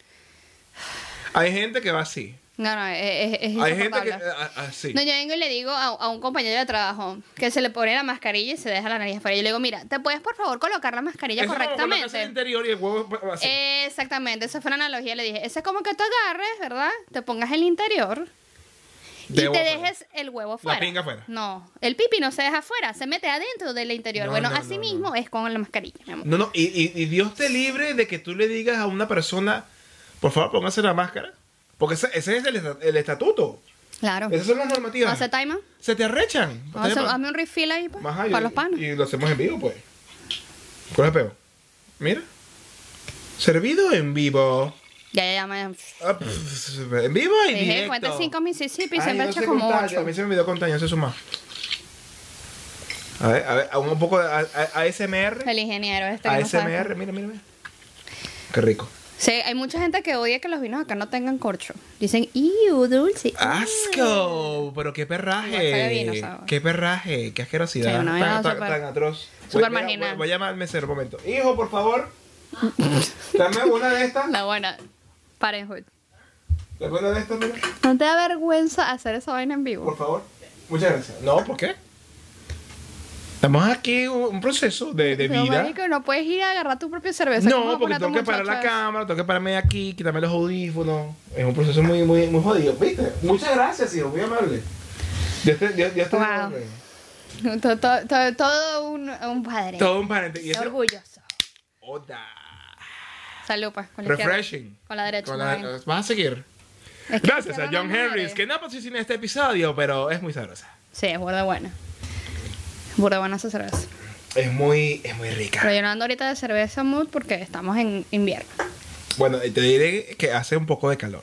[SPEAKER 1] Hay gente que va así.
[SPEAKER 2] No, no, es, es- es
[SPEAKER 1] Hay gente que... eh,
[SPEAKER 2] insoportable.
[SPEAKER 1] a- a- así.
[SPEAKER 2] No, yo vengo y le digo a, a un compañero de trabajo que se le pone la mascarilla y se deja la nariz afuera. Yo le digo, mira, ¿te puedes por favor colocar la mascarilla
[SPEAKER 1] Eso es como con la taza del
[SPEAKER 2] correctamente?
[SPEAKER 1] interior y el huevo así.
[SPEAKER 2] Exactamente, esa fue una analogía. Le dije, esa es como que tú agarres, ¿verdad? Te pongas el interior y
[SPEAKER 1] De
[SPEAKER 2] te
[SPEAKER 1] huevo afuera.
[SPEAKER 2] dejes el huevo fuera.
[SPEAKER 1] pinga afuera.
[SPEAKER 2] No, el pipi no se deja afuera, se mete adentro del interior.
[SPEAKER 1] No,
[SPEAKER 2] bueno,
[SPEAKER 1] no,
[SPEAKER 2] así
[SPEAKER 1] no,
[SPEAKER 2] mismo es con la mascarilla, mi amor.
[SPEAKER 1] No, no, y, y- y Dios te libre de que tú le digas a una persona, por favor, póngase la máscara. Porque ese, ese es el, esta- el estatuto.
[SPEAKER 2] Claro.
[SPEAKER 1] Esas son las normativas.
[SPEAKER 2] ¿Hace timer?
[SPEAKER 1] Se te arrechan.
[SPEAKER 2] Vamos a hacer- hazme un refill ahí pues,
[SPEAKER 1] Ajá,
[SPEAKER 2] para
[SPEAKER 1] y-
[SPEAKER 2] los panos.
[SPEAKER 1] Y lo hacemos en vivo, pues. ¿Cuál es el peo? Mira. Servido en vivo.
[SPEAKER 2] Ya, ya, ya. Me...
[SPEAKER 1] Ah, pff, En vivo y
[SPEAKER 2] Dije,
[SPEAKER 1] directo.
[SPEAKER 2] 45 Mississippi,
[SPEAKER 1] Ay,
[SPEAKER 2] siempre
[SPEAKER 1] yo
[SPEAKER 2] he
[SPEAKER 1] no
[SPEAKER 2] hecho
[SPEAKER 1] sé
[SPEAKER 2] como
[SPEAKER 1] contar, A
[SPEAKER 2] 8.
[SPEAKER 1] mí se me olvidó contar, yo no sé sumar. A ver, a ver, a un poco de a- a- ASMR.
[SPEAKER 2] El ingeniero este que no sabe.
[SPEAKER 1] ASMR, mira, mira, mira. Qué rico.
[SPEAKER 2] Sí, hay mucha gente que odia que los vinos acá no tengan corcho. Dicen, ¡Iu, dulce!
[SPEAKER 1] ¡Asco! Pero qué
[SPEAKER 2] Igual sabe
[SPEAKER 1] perraje.
[SPEAKER 2] bien, o sea.
[SPEAKER 1] qué perraje, qué asquerosidad.
[SPEAKER 2] Sí, una vaina
[SPEAKER 1] tan, tan-
[SPEAKER 2] súper-
[SPEAKER 1] tan atroz.
[SPEAKER 2] súper
[SPEAKER 1] Voy- mira,
[SPEAKER 2] marginal.
[SPEAKER 1] Voy, voy a llamar al mesero un momento. Hijo, por favor. Dame una de estas.
[SPEAKER 2] La buena. Parenthood.
[SPEAKER 1] Dame una de estas, mira.
[SPEAKER 2] ¿No te da vergüenza hacer esa vaina en
[SPEAKER 1] Por
[SPEAKER 2] vivo?
[SPEAKER 1] favor. Muchas gracias. No, ¿por qué? Estamos aquí en un proceso de, de
[SPEAKER 2] Pero,
[SPEAKER 1] vida.
[SPEAKER 2] marico, no puedes ir a agarrar tu propia cerveza. ¿Cómo vas
[SPEAKER 1] No, porque
[SPEAKER 2] a poner a tu
[SPEAKER 1] tengo que parar la
[SPEAKER 2] muchacho a-
[SPEAKER 1] cámara, tengo que pararme de aquí, quitarme los audífonos. Es un proceso muy, muy, muy jodido, ¿viste? Muchas gracias, hijo, muy amable. Dios te, Dios, Dios te
[SPEAKER 2] Wow.
[SPEAKER 1] honre.
[SPEAKER 2] Todo, todo- todo- todo un, un padre.
[SPEAKER 1] Todo un paréntesis. Y ese-
[SPEAKER 2] Orgulloso.
[SPEAKER 1] Oda.
[SPEAKER 2] Salud, pues, con la izquierda.
[SPEAKER 1] Refreshing.
[SPEAKER 2] Con la derecha.
[SPEAKER 1] Con
[SPEAKER 2] no
[SPEAKER 1] la-
[SPEAKER 2] ven.
[SPEAKER 1] Vas a seguir.
[SPEAKER 2] Es que
[SPEAKER 1] Gracias
[SPEAKER 2] la
[SPEAKER 1] a
[SPEAKER 2] izquierda
[SPEAKER 1] John
[SPEAKER 2] no muere.
[SPEAKER 1] Harris, que no patrocina este episodio, pero es muy sabrosa.
[SPEAKER 2] Sí, es burda buena. Burda buena esa cerveza.
[SPEAKER 1] Es muy, es muy
[SPEAKER 2] Pero
[SPEAKER 1] rica.
[SPEAKER 2] yo no ando ahorita de cerveza mood porque estamos en invierno.
[SPEAKER 1] Bueno, te diré que hace un poco de calor.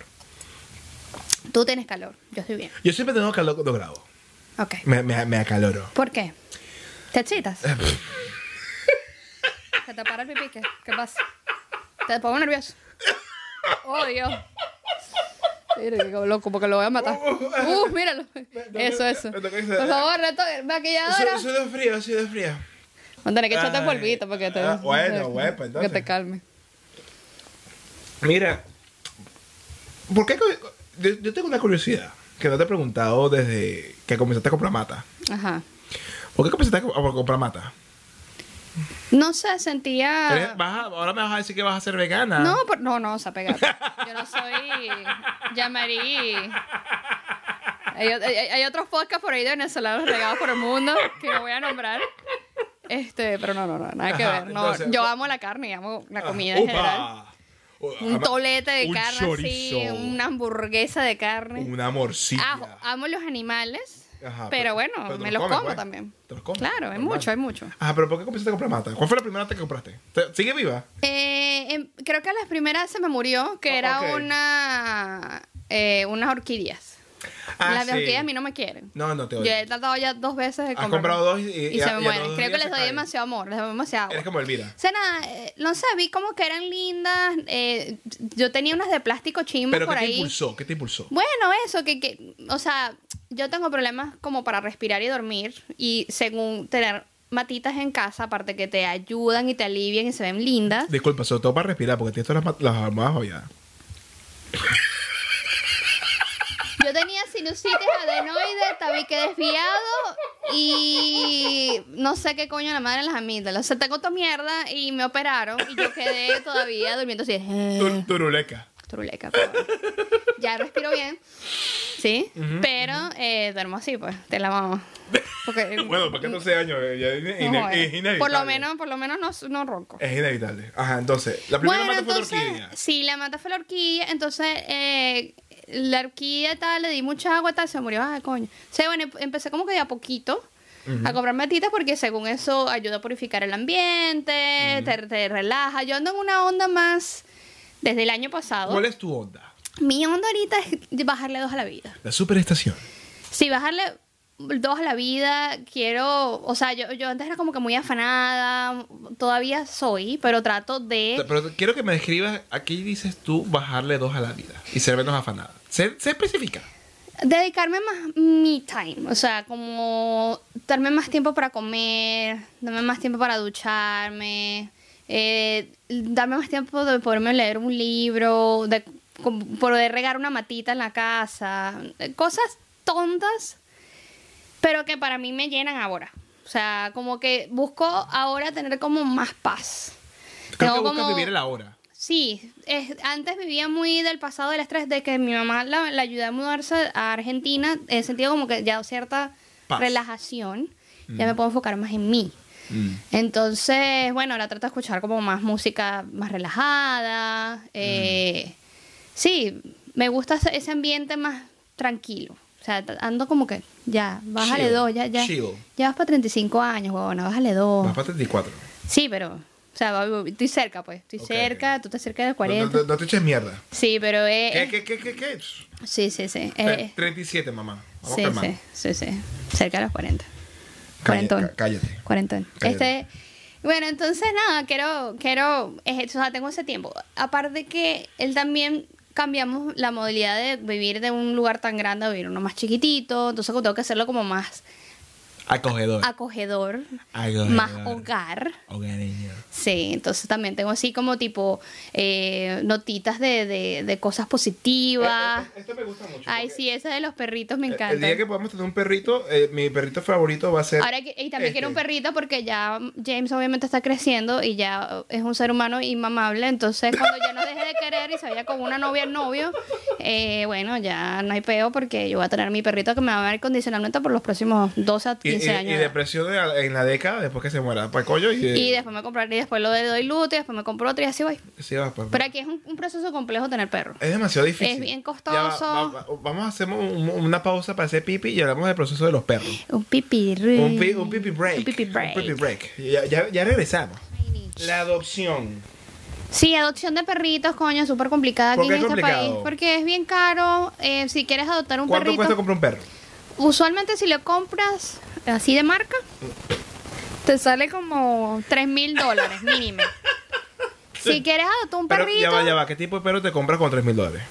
[SPEAKER 2] Tú tienes calor, yo estoy bien.
[SPEAKER 1] Yo siempre tengo calor cuando grabo.
[SPEAKER 2] Ok.
[SPEAKER 1] Me, me, me acaloro.
[SPEAKER 2] ¿Por qué? ¿Te excitas?
[SPEAKER 1] Eh,
[SPEAKER 2] ¿Se te para el pipí? ¿Qué, qué pasa? ¿Te pongo nervioso? Oh, Dios. Mira, qué loco, porque lo voy a matar. Uh, míralo. Eso, eso.
[SPEAKER 1] Me
[SPEAKER 2] Por
[SPEAKER 1] toca eh. esa-
[SPEAKER 2] favor, reto- maquilladora.
[SPEAKER 1] Soy, soy de frío, soy de frío.
[SPEAKER 2] Vamos a tener que echarte
[SPEAKER 1] Ay,
[SPEAKER 2] polvito porque te.
[SPEAKER 1] ah, bueno, bueno, pues,
[SPEAKER 2] Que
[SPEAKER 1] entonces.
[SPEAKER 2] te calme.
[SPEAKER 1] Mira, ¿por qué? co- Yo, yo tengo una curiosidad que no te he preguntado desde que comenzaste a comprar mata.
[SPEAKER 2] Ajá.
[SPEAKER 1] ¿Por qué comenzaste a, co- a comprar mata?
[SPEAKER 2] No sé,
[SPEAKER 1] Eres-
[SPEAKER 2] sentía.
[SPEAKER 1] vas a- ahora me vas a decir que vas a ser vegana.
[SPEAKER 2] Ah. No, por- no, no, o sea, pegar. Yo no soy. Yamarí. Hay, o- hay- hay otros podcasts por ahí de venezolanos regados por el mundo que no voy a nombrar. Este, pero no, no, no, nada que
[SPEAKER 1] Ajá,
[SPEAKER 2] ver. No,
[SPEAKER 1] entonces,
[SPEAKER 2] yo
[SPEAKER 1] ¿cu-
[SPEAKER 2] amo la carne y amo la comida en
[SPEAKER 1] Upa.
[SPEAKER 2] general.
[SPEAKER 1] Uh,
[SPEAKER 2] Un
[SPEAKER 1] ama-
[SPEAKER 2] tolete de
[SPEAKER 1] un
[SPEAKER 2] carne así,
[SPEAKER 1] chorizo.
[SPEAKER 2] una hamburguesa de carne.
[SPEAKER 1] Una morcilla.
[SPEAKER 2] Ajo, amo los animales,
[SPEAKER 1] Ajá,
[SPEAKER 2] pero, bueno,
[SPEAKER 1] pero te
[SPEAKER 2] me los
[SPEAKER 1] comes,
[SPEAKER 2] como
[SPEAKER 1] pues.
[SPEAKER 2] también.
[SPEAKER 1] Te los comes.
[SPEAKER 2] Claro, hay
[SPEAKER 1] normal.
[SPEAKER 2] mucho, hay mucho.
[SPEAKER 1] Ajá, pero ¿por qué comenzaste a comprar mata? ¿Cuál fue la primera mata que compraste? ¿Te- ¿Sigue viva?
[SPEAKER 2] Eh, em, creo que las primeras se me murió, que
[SPEAKER 1] Oh,
[SPEAKER 2] era
[SPEAKER 1] ok.
[SPEAKER 2] una eh, unas orquídeas.
[SPEAKER 1] Ah,
[SPEAKER 2] las
[SPEAKER 1] sí.
[SPEAKER 2] orquídeas a mí no me quieren.
[SPEAKER 1] No, no te
[SPEAKER 2] Yo
[SPEAKER 1] odio.
[SPEAKER 2] he tratado ya dos veces de
[SPEAKER 1] Has
[SPEAKER 2] comprar.
[SPEAKER 1] comprado dos y- y-
[SPEAKER 2] y
[SPEAKER 1] y
[SPEAKER 2] se
[SPEAKER 1] a- y a los
[SPEAKER 2] me mueren.
[SPEAKER 1] dos
[SPEAKER 2] Creo que
[SPEAKER 1] días
[SPEAKER 2] les
[SPEAKER 1] se
[SPEAKER 2] doy
[SPEAKER 1] caen.
[SPEAKER 2] demasiado amor, les doy demasiado
[SPEAKER 1] Eres
[SPEAKER 2] agua.
[SPEAKER 1] como Elvira.
[SPEAKER 2] O sea, nada, eh, no sé, vi como que eran lindas. eh, yo tenía unas de plástico chimbo
[SPEAKER 1] ¿Pero qué
[SPEAKER 2] por
[SPEAKER 1] te
[SPEAKER 2] ahí.
[SPEAKER 1] impulsó? ¿Qué te impulsó?
[SPEAKER 2] Bueno, eso, que, que, o sea, yo tengo problemas como para respirar y dormir y según tener matitas en casa, aparte que te ayudan y te alivian y se ven lindas.
[SPEAKER 1] Disculpa, sobre todo para respirar, porque tienes todas las, ma- las almohadas joyadas.
[SPEAKER 2] Yo tenía sinusitis, adenoides, tabique desviado y no sé qué coño la madre en las amígdalas. O sea, tengo toda mierda y me operaron y yo quedé todavía durmiendo así. Eh.
[SPEAKER 1] Tur- Turuleca.
[SPEAKER 2] Turuleca, pero bueno. Ya respiro bien. Sí, pero eh, duermo así, pues, te la vamos. Porque,
[SPEAKER 1] Bueno, ¿para qué 12 años? Eh, ya es,
[SPEAKER 2] No,
[SPEAKER 1] ine-
[SPEAKER 2] joder.
[SPEAKER 1] es inevitable.
[SPEAKER 2] Por lo menos, por lo menos no, no ronco.
[SPEAKER 1] Es inevitable. Ajá, entonces, la primera
[SPEAKER 2] Bueno,
[SPEAKER 1] mata fue
[SPEAKER 2] entonces,
[SPEAKER 1] la orquídea.
[SPEAKER 2] sí, la mata fue la orquídea, entonces eh, la orquídea tal, le di mucha agua tal, se murió, ah, coño. O sea, bueno, em- empecé como que de a poquito a comprar matitas porque según eso ayuda a purificar el ambiente, te, te relaja. Yo ando en una onda más desde el año pasado.
[SPEAKER 1] ¿Cuál es tu onda?
[SPEAKER 2] Mi onda ahorita es bajarle dos a la vida.
[SPEAKER 1] La superestación.
[SPEAKER 2] Sí, bajarle dos a la vida, quiero, o sea, yo, yo antes era como que muy afanada, todavía soy, pero trato de...
[SPEAKER 1] Pero quiero que me describas, aquí dices tú bajarle dos a la vida y ser menos afanada. Sé, sé específica.
[SPEAKER 2] Dedicarme más mi time, o sea, como darme más tiempo para comer, darme más tiempo para ducharme, eh, darme más tiempo de poderme leer un libro, de como poder regar una matita en la casa, eh, cosas tontas, pero que para mí me llenan ahora. O sea, como que busco ahora tener como más paz.
[SPEAKER 1] Creo
[SPEAKER 2] Tengo
[SPEAKER 1] que buscas
[SPEAKER 2] como-
[SPEAKER 1] vivir el ahora.
[SPEAKER 2] Sí, es- antes vivía muy del pasado del estrés de que mi mamá la, la ayudé a mudarse a Argentina, en sentido como que ya cierta
[SPEAKER 1] Paz.
[SPEAKER 2] relajación, ya me puedo enfocar más en mí.
[SPEAKER 1] Mm.
[SPEAKER 2] Entonces, bueno, ahora trato de escuchar como más música más relajada.
[SPEAKER 1] Mm.
[SPEAKER 2] eh, Sí, me gusta ese- ese ambiente más tranquilo. O sea, t- ando como que ya, bájale
[SPEAKER 1] Chill,
[SPEAKER 2] dos, ya, ya.
[SPEAKER 1] chill.
[SPEAKER 2] Ya vas para 35 años, huevona, bájale dos.
[SPEAKER 1] Vas para 34.
[SPEAKER 2] Sí, pero, o sea, estoy cerca, pues. Estoy
[SPEAKER 1] Ok,
[SPEAKER 2] cerca, tú estás cerca de
[SPEAKER 1] No, no,
[SPEAKER 2] 40.
[SPEAKER 1] no- no te eches mierda.
[SPEAKER 2] Sí, pero es...
[SPEAKER 1] ¿Qué, qué, qué, qué, qué?
[SPEAKER 2] Sí, sí, sí.
[SPEAKER 1] Tre-
[SPEAKER 2] eh,
[SPEAKER 1] 37, mamá. Vamos
[SPEAKER 2] sí,
[SPEAKER 1] calmando.
[SPEAKER 2] sí, sí, sí. Cerca de los 40.
[SPEAKER 1] Cállate,
[SPEAKER 2] Cuarentón.
[SPEAKER 1] cá- cállate.
[SPEAKER 2] Cuarentón.
[SPEAKER 1] Cállate.
[SPEAKER 2] Este, bueno, entonces nada, quiero, quiero, es- o sea, tengo ese tiempo. Aparte de que él también cambiamos la modalidad de vivir de un lugar tan grande a vivir uno más chiquitito, entonces tengo que hacerlo como más
[SPEAKER 1] Acogedor.
[SPEAKER 2] Ah. acogedor,
[SPEAKER 1] Acogedor.
[SPEAKER 2] más hogar.
[SPEAKER 1] Hogareño.
[SPEAKER 2] Sí, entonces también tengo así como tipo eh, notitas de, de, de cosas positivas.
[SPEAKER 1] Eh, eh, esto me gusta mucho.
[SPEAKER 2] Ay,
[SPEAKER 1] porque
[SPEAKER 2] sí, esa de los perritos me
[SPEAKER 1] el-
[SPEAKER 2] encanta.
[SPEAKER 1] El día que podamos tener un perrito, eh, mi perrito favorito va a ser.
[SPEAKER 2] Ahora que- y también quiero un
[SPEAKER 1] este.
[SPEAKER 2] perrito porque ya James obviamente está creciendo y ya es un ser humano inmamable. Entonces, cuando ya no deje de querer y se vaya con una novia al novio, eh, bueno, ya no hay peo porque yo voy a tener mi perrito que me va a dar condicionamiento por los próximos 12 a
[SPEAKER 1] Y,
[SPEAKER 2] 15
[SPEAKER 1] y- y
[SPEAKER 2] años.
[SPEAKER 1] depresión de la- en la década después que se muera. Para coño y.
[SPEAKER 2] Y después me compraré, y después lo doy luto y después me compro otro y así voy.
[SPEAKER 1] Sí, va, pa-
[SPEAKER 2] Pero aquí es un, un proceso complejo tener perro.
[SPEAKER 1] es demasiado difícil.
[SPEAKER 2] es bien
[SPEAKER 1] Ya va,
[SPEAKER 2] costoso.
[SPEAKER 1] va- va- vamos a hacer un- una pausa para hacer pipi y hablamos del proceso de los perros.
[SPEAKER 2] Un pipi
[SPEAKER 1] Un, pi- un pipi break.
[SPEAKER 2] Un pipi break.
[SPEAKER 1] Un pipi break. Ya, ya- ya regresamos. La adopción.
[SPEAKER 2] Sí, adopción de perritos, coño, es súper complicada
[SPEAKER 1] ¿Por
[SPEAKER 2] aquí
[SPEAKER 1] qué
[SPEAKER 2] en
[SPEAKER 1] es
[SPEAKER 2] este
[SPEAKER 1] complicado?
[SPEAKER 2] país. Porque es bien caro. eh, si quieres adoptar un
[SPEAKER 1] ¿Cuánto
[SPEAKER 2] perrito,
[SPEAKER 1] cuesta comprar un perro?
[SPEAKER 2] usualmente si lo compras así de marca, te sale como 3 mil dólares mínimo. Si quieres adoptar un
[SPEAKER 1] Pero
[SPEAKER 2] perrito.
[SPEAKER 1] ya va, ya va. ¿Qué tipo de perro te compras con 3 mil dólares?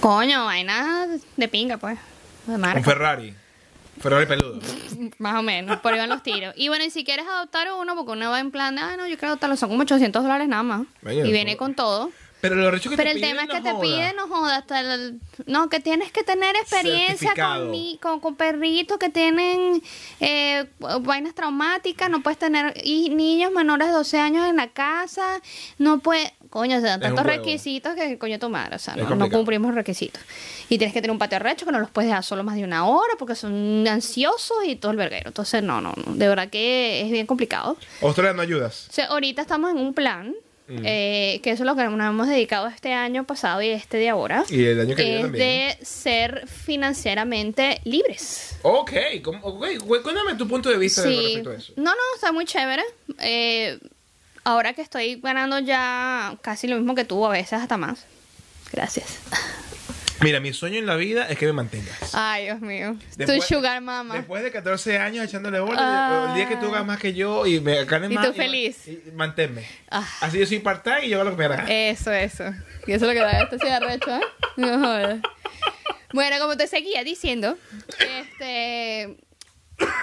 [SPEAKER 2] Coño, vaina de pinga, pues. De marca.
[SPEAKER 1] Un Ferrari. Ferrari peludo.
[SPEAKER 2] Más o menos, por ahí van los tiros. Y bueno, y si quieres adoptar uno, porque uno va en plan, de, ah, no, yo quiero adoptarlo, son como 800 dólares nada más.
[SPEAKER 1] Vaya,
[SPEAKER 2] y viene
[SPEAKER 1] eso-
[SPEAKER 2] con todo.
[SPEAKER 1] Pero lo recho que
[SPEAKER 2] Pero
[SPEAKER 1] te
[SPEAKER 2] el
[SPEAKER 1] piden,
[SPEAKER 2] tema es que
[SPEAKER 1] no
[SPEAKER 2] te
[SPEAKER 1] joda.
[SPEAKER 2] piden, no jodas, hasta el- no, que tienes que tener experiencia
[SPEAKER 1] Certificado.
[SPEAKER 2] con, ni- con, con perritos que tienen eh, vainas traumáticas, no puedes tener y niños menores de 12 años en la casa, no puedes, coño, se dan
[SPEAKER 1] Es
[SPEAKER 2] tantos
[SPEAKER 1] un huevo.
[SPEAKER 2] requisitos que coño tu madre, o sea,
[SPEAKER 1] Es
[SPEAKER 2] no, no
[SPEAKER 1] complicado.
[SPEAKER 2] cumplimos los requisitos. Y tienes que tener un patio recho que no los puedes dejar solo más de una hora porque son ansiosos y todo el verguero. Entonces, no, no, no, de verdad que es bien complicado.
[SPEAKER 1] Australia no ayudas.
[SPEAKER 2] O sea, ahorita estamos en un plan,
[SPEAKER 1] Mm.
[SPEAKER 2] eh, que eso es lo que nos hemos dedicado este año pasado y este de ahora,
[SPEAKER 1] Y el año que viene
[SPEAKER 2] es
[SPEAKER 1] también.
[SPEAKER 2] de ser financieramente libres.
[SPEAKER 1] Ok, ¿cómo- ok, cu- cuéntame tu punto de vista de-
[SPEAKER 2] Sí.
[SPEAKER 1] respecto a eso.
[SPEAKER 2] No, no, está muy chévere. Eh, ahora que estoy ganando ya casi lo mismo que tú, a veces hasta más. Gracias.
[SPEAKER 1] Mira, mi sueño en la vida es que me mantengas.
[SPEAKER 2] Ay, Dios mío.
[SPEAKER 1] Después-
[SPEAKER 2] tu sugar mama.
[SPEAKER 1] Después de 14 años echándole bola,
[SPEAKER 2] Ah.
[SPEAKER 1] el día que tú hagas más que yo y me ganes
[SPEAKER 2] Y
[SPEAKER 1] más.
[SPEAKER 2] tú feliz. Eh,
[SPEAKER 1] y- y manténme.
[SPEAKER 2] Ah.
[SPEAKER 1] Así yo soy part-time y yo hago lo que me haga.
[SPEAKER 2] Eso, eso. Y eso es lo que da este cigarrecho, ¿eh? No jodas. Bueno, como te seguía diciendo, este.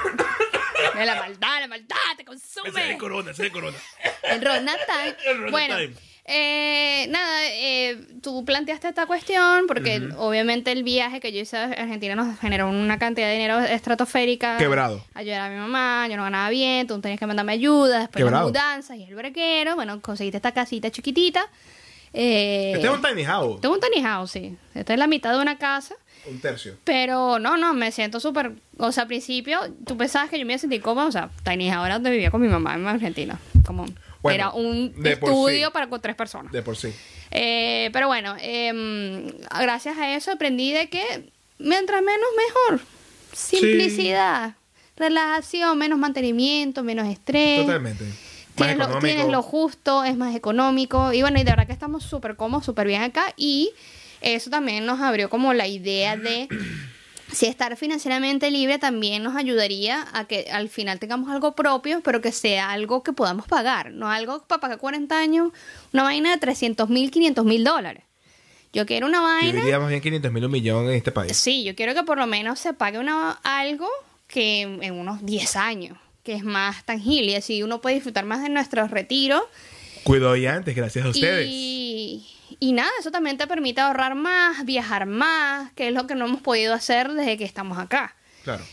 [SPEAKER 2] De la maldad, la maldad, te consume.
[SPEAKER 1] corona, ese de corona.
[SPEAKER 2] El Ronald Time.
[SPEAKER 1] El Ronald
[SPEAKER 2] bueno,
[SPEAKER 1] Time.
[SPEAKER 2] eh, nada, eh, tú planteaste esta cuestión porque obviamente el viaje que yo hice a Argentina nos generó una cantidad de dinero estratosférica.
[SPEAKER 1] Quebrado.
[SPEAKER 2] Ayudar a mi mamá, yo no ganaba bien, tú tenías que mandarme ayuda, después
[SPEAKER 1] Quebrado.
[SPEAKER 2] las mudanzas y el brequero. Bueno, conseguiste esta casita chiquitita. Eh,
[SPEAKER 1] Este es un tiny house.
[SPEAKER 2] tengo un tiny house, sí. Esta es la mitad de una casa.
[SPEAKER 1] Un tercio.
[SPEAKER 2] Pero no, no, me siento súper. O sea, al principio, tú pensabas que yo me iba a sentir cómoda. O sea, Tiny House era donde vivía con mi mamá en Argentina. Como
[SPEAKER 1] Bueno,
[SPEAKER 2] era un
[SPEAKER 1] de por
[SPEAKER 2] estudio
[SPEAKER 1] sí.
[SPEAKER 2] para con tres personas.
[SPEAKER 1] De por sí.
[SPEAKER 2] Eh, pero bueno, em, gracias a eso aprendí de que mientras menos, mejor. Simplicidad, relajación, menos mantenimiento, menos estrés.
[SPEAKER 1] Totalmente. Más
[SPEAKER 2] Eh, Tienes lo,
[SPEAKER 1] económico.
[SPEAKER 2] tienes lo justo, es más económico. Y bueno, y de verdad que estamos súper cómodos, súper bien acá. Y eso también nos abrió como la idea de si estar financieramente libre también nos ayudaría a que al final tengamos algo propio, pero que sea algo que podamos pagar. No algo para pagar 40 años, una vaina de 300 mil, 500 mil dólares. Yo quiero una
[SPEAKER 1] Yo
[SPEAKER 2] vaina.
[SPEAKER 1] diría más bien 500 mil un millón en este país.
[SPEAKER 2] Sí, yo quiero que por lo menos se pague una, algo que en en unos 10 años, que es más tangible. Y así uno puede disfrutar más de nuestros retiros.
[SPEAKER 1] Cuidado y antes, gracias a ustedes.
[SPEAKER 2] Y, y nada, eso también te permite ahorrar más, viajar más, que es lo que no hemos podido hacer desde que estamos acá.
[SPEAKER 1] Claro.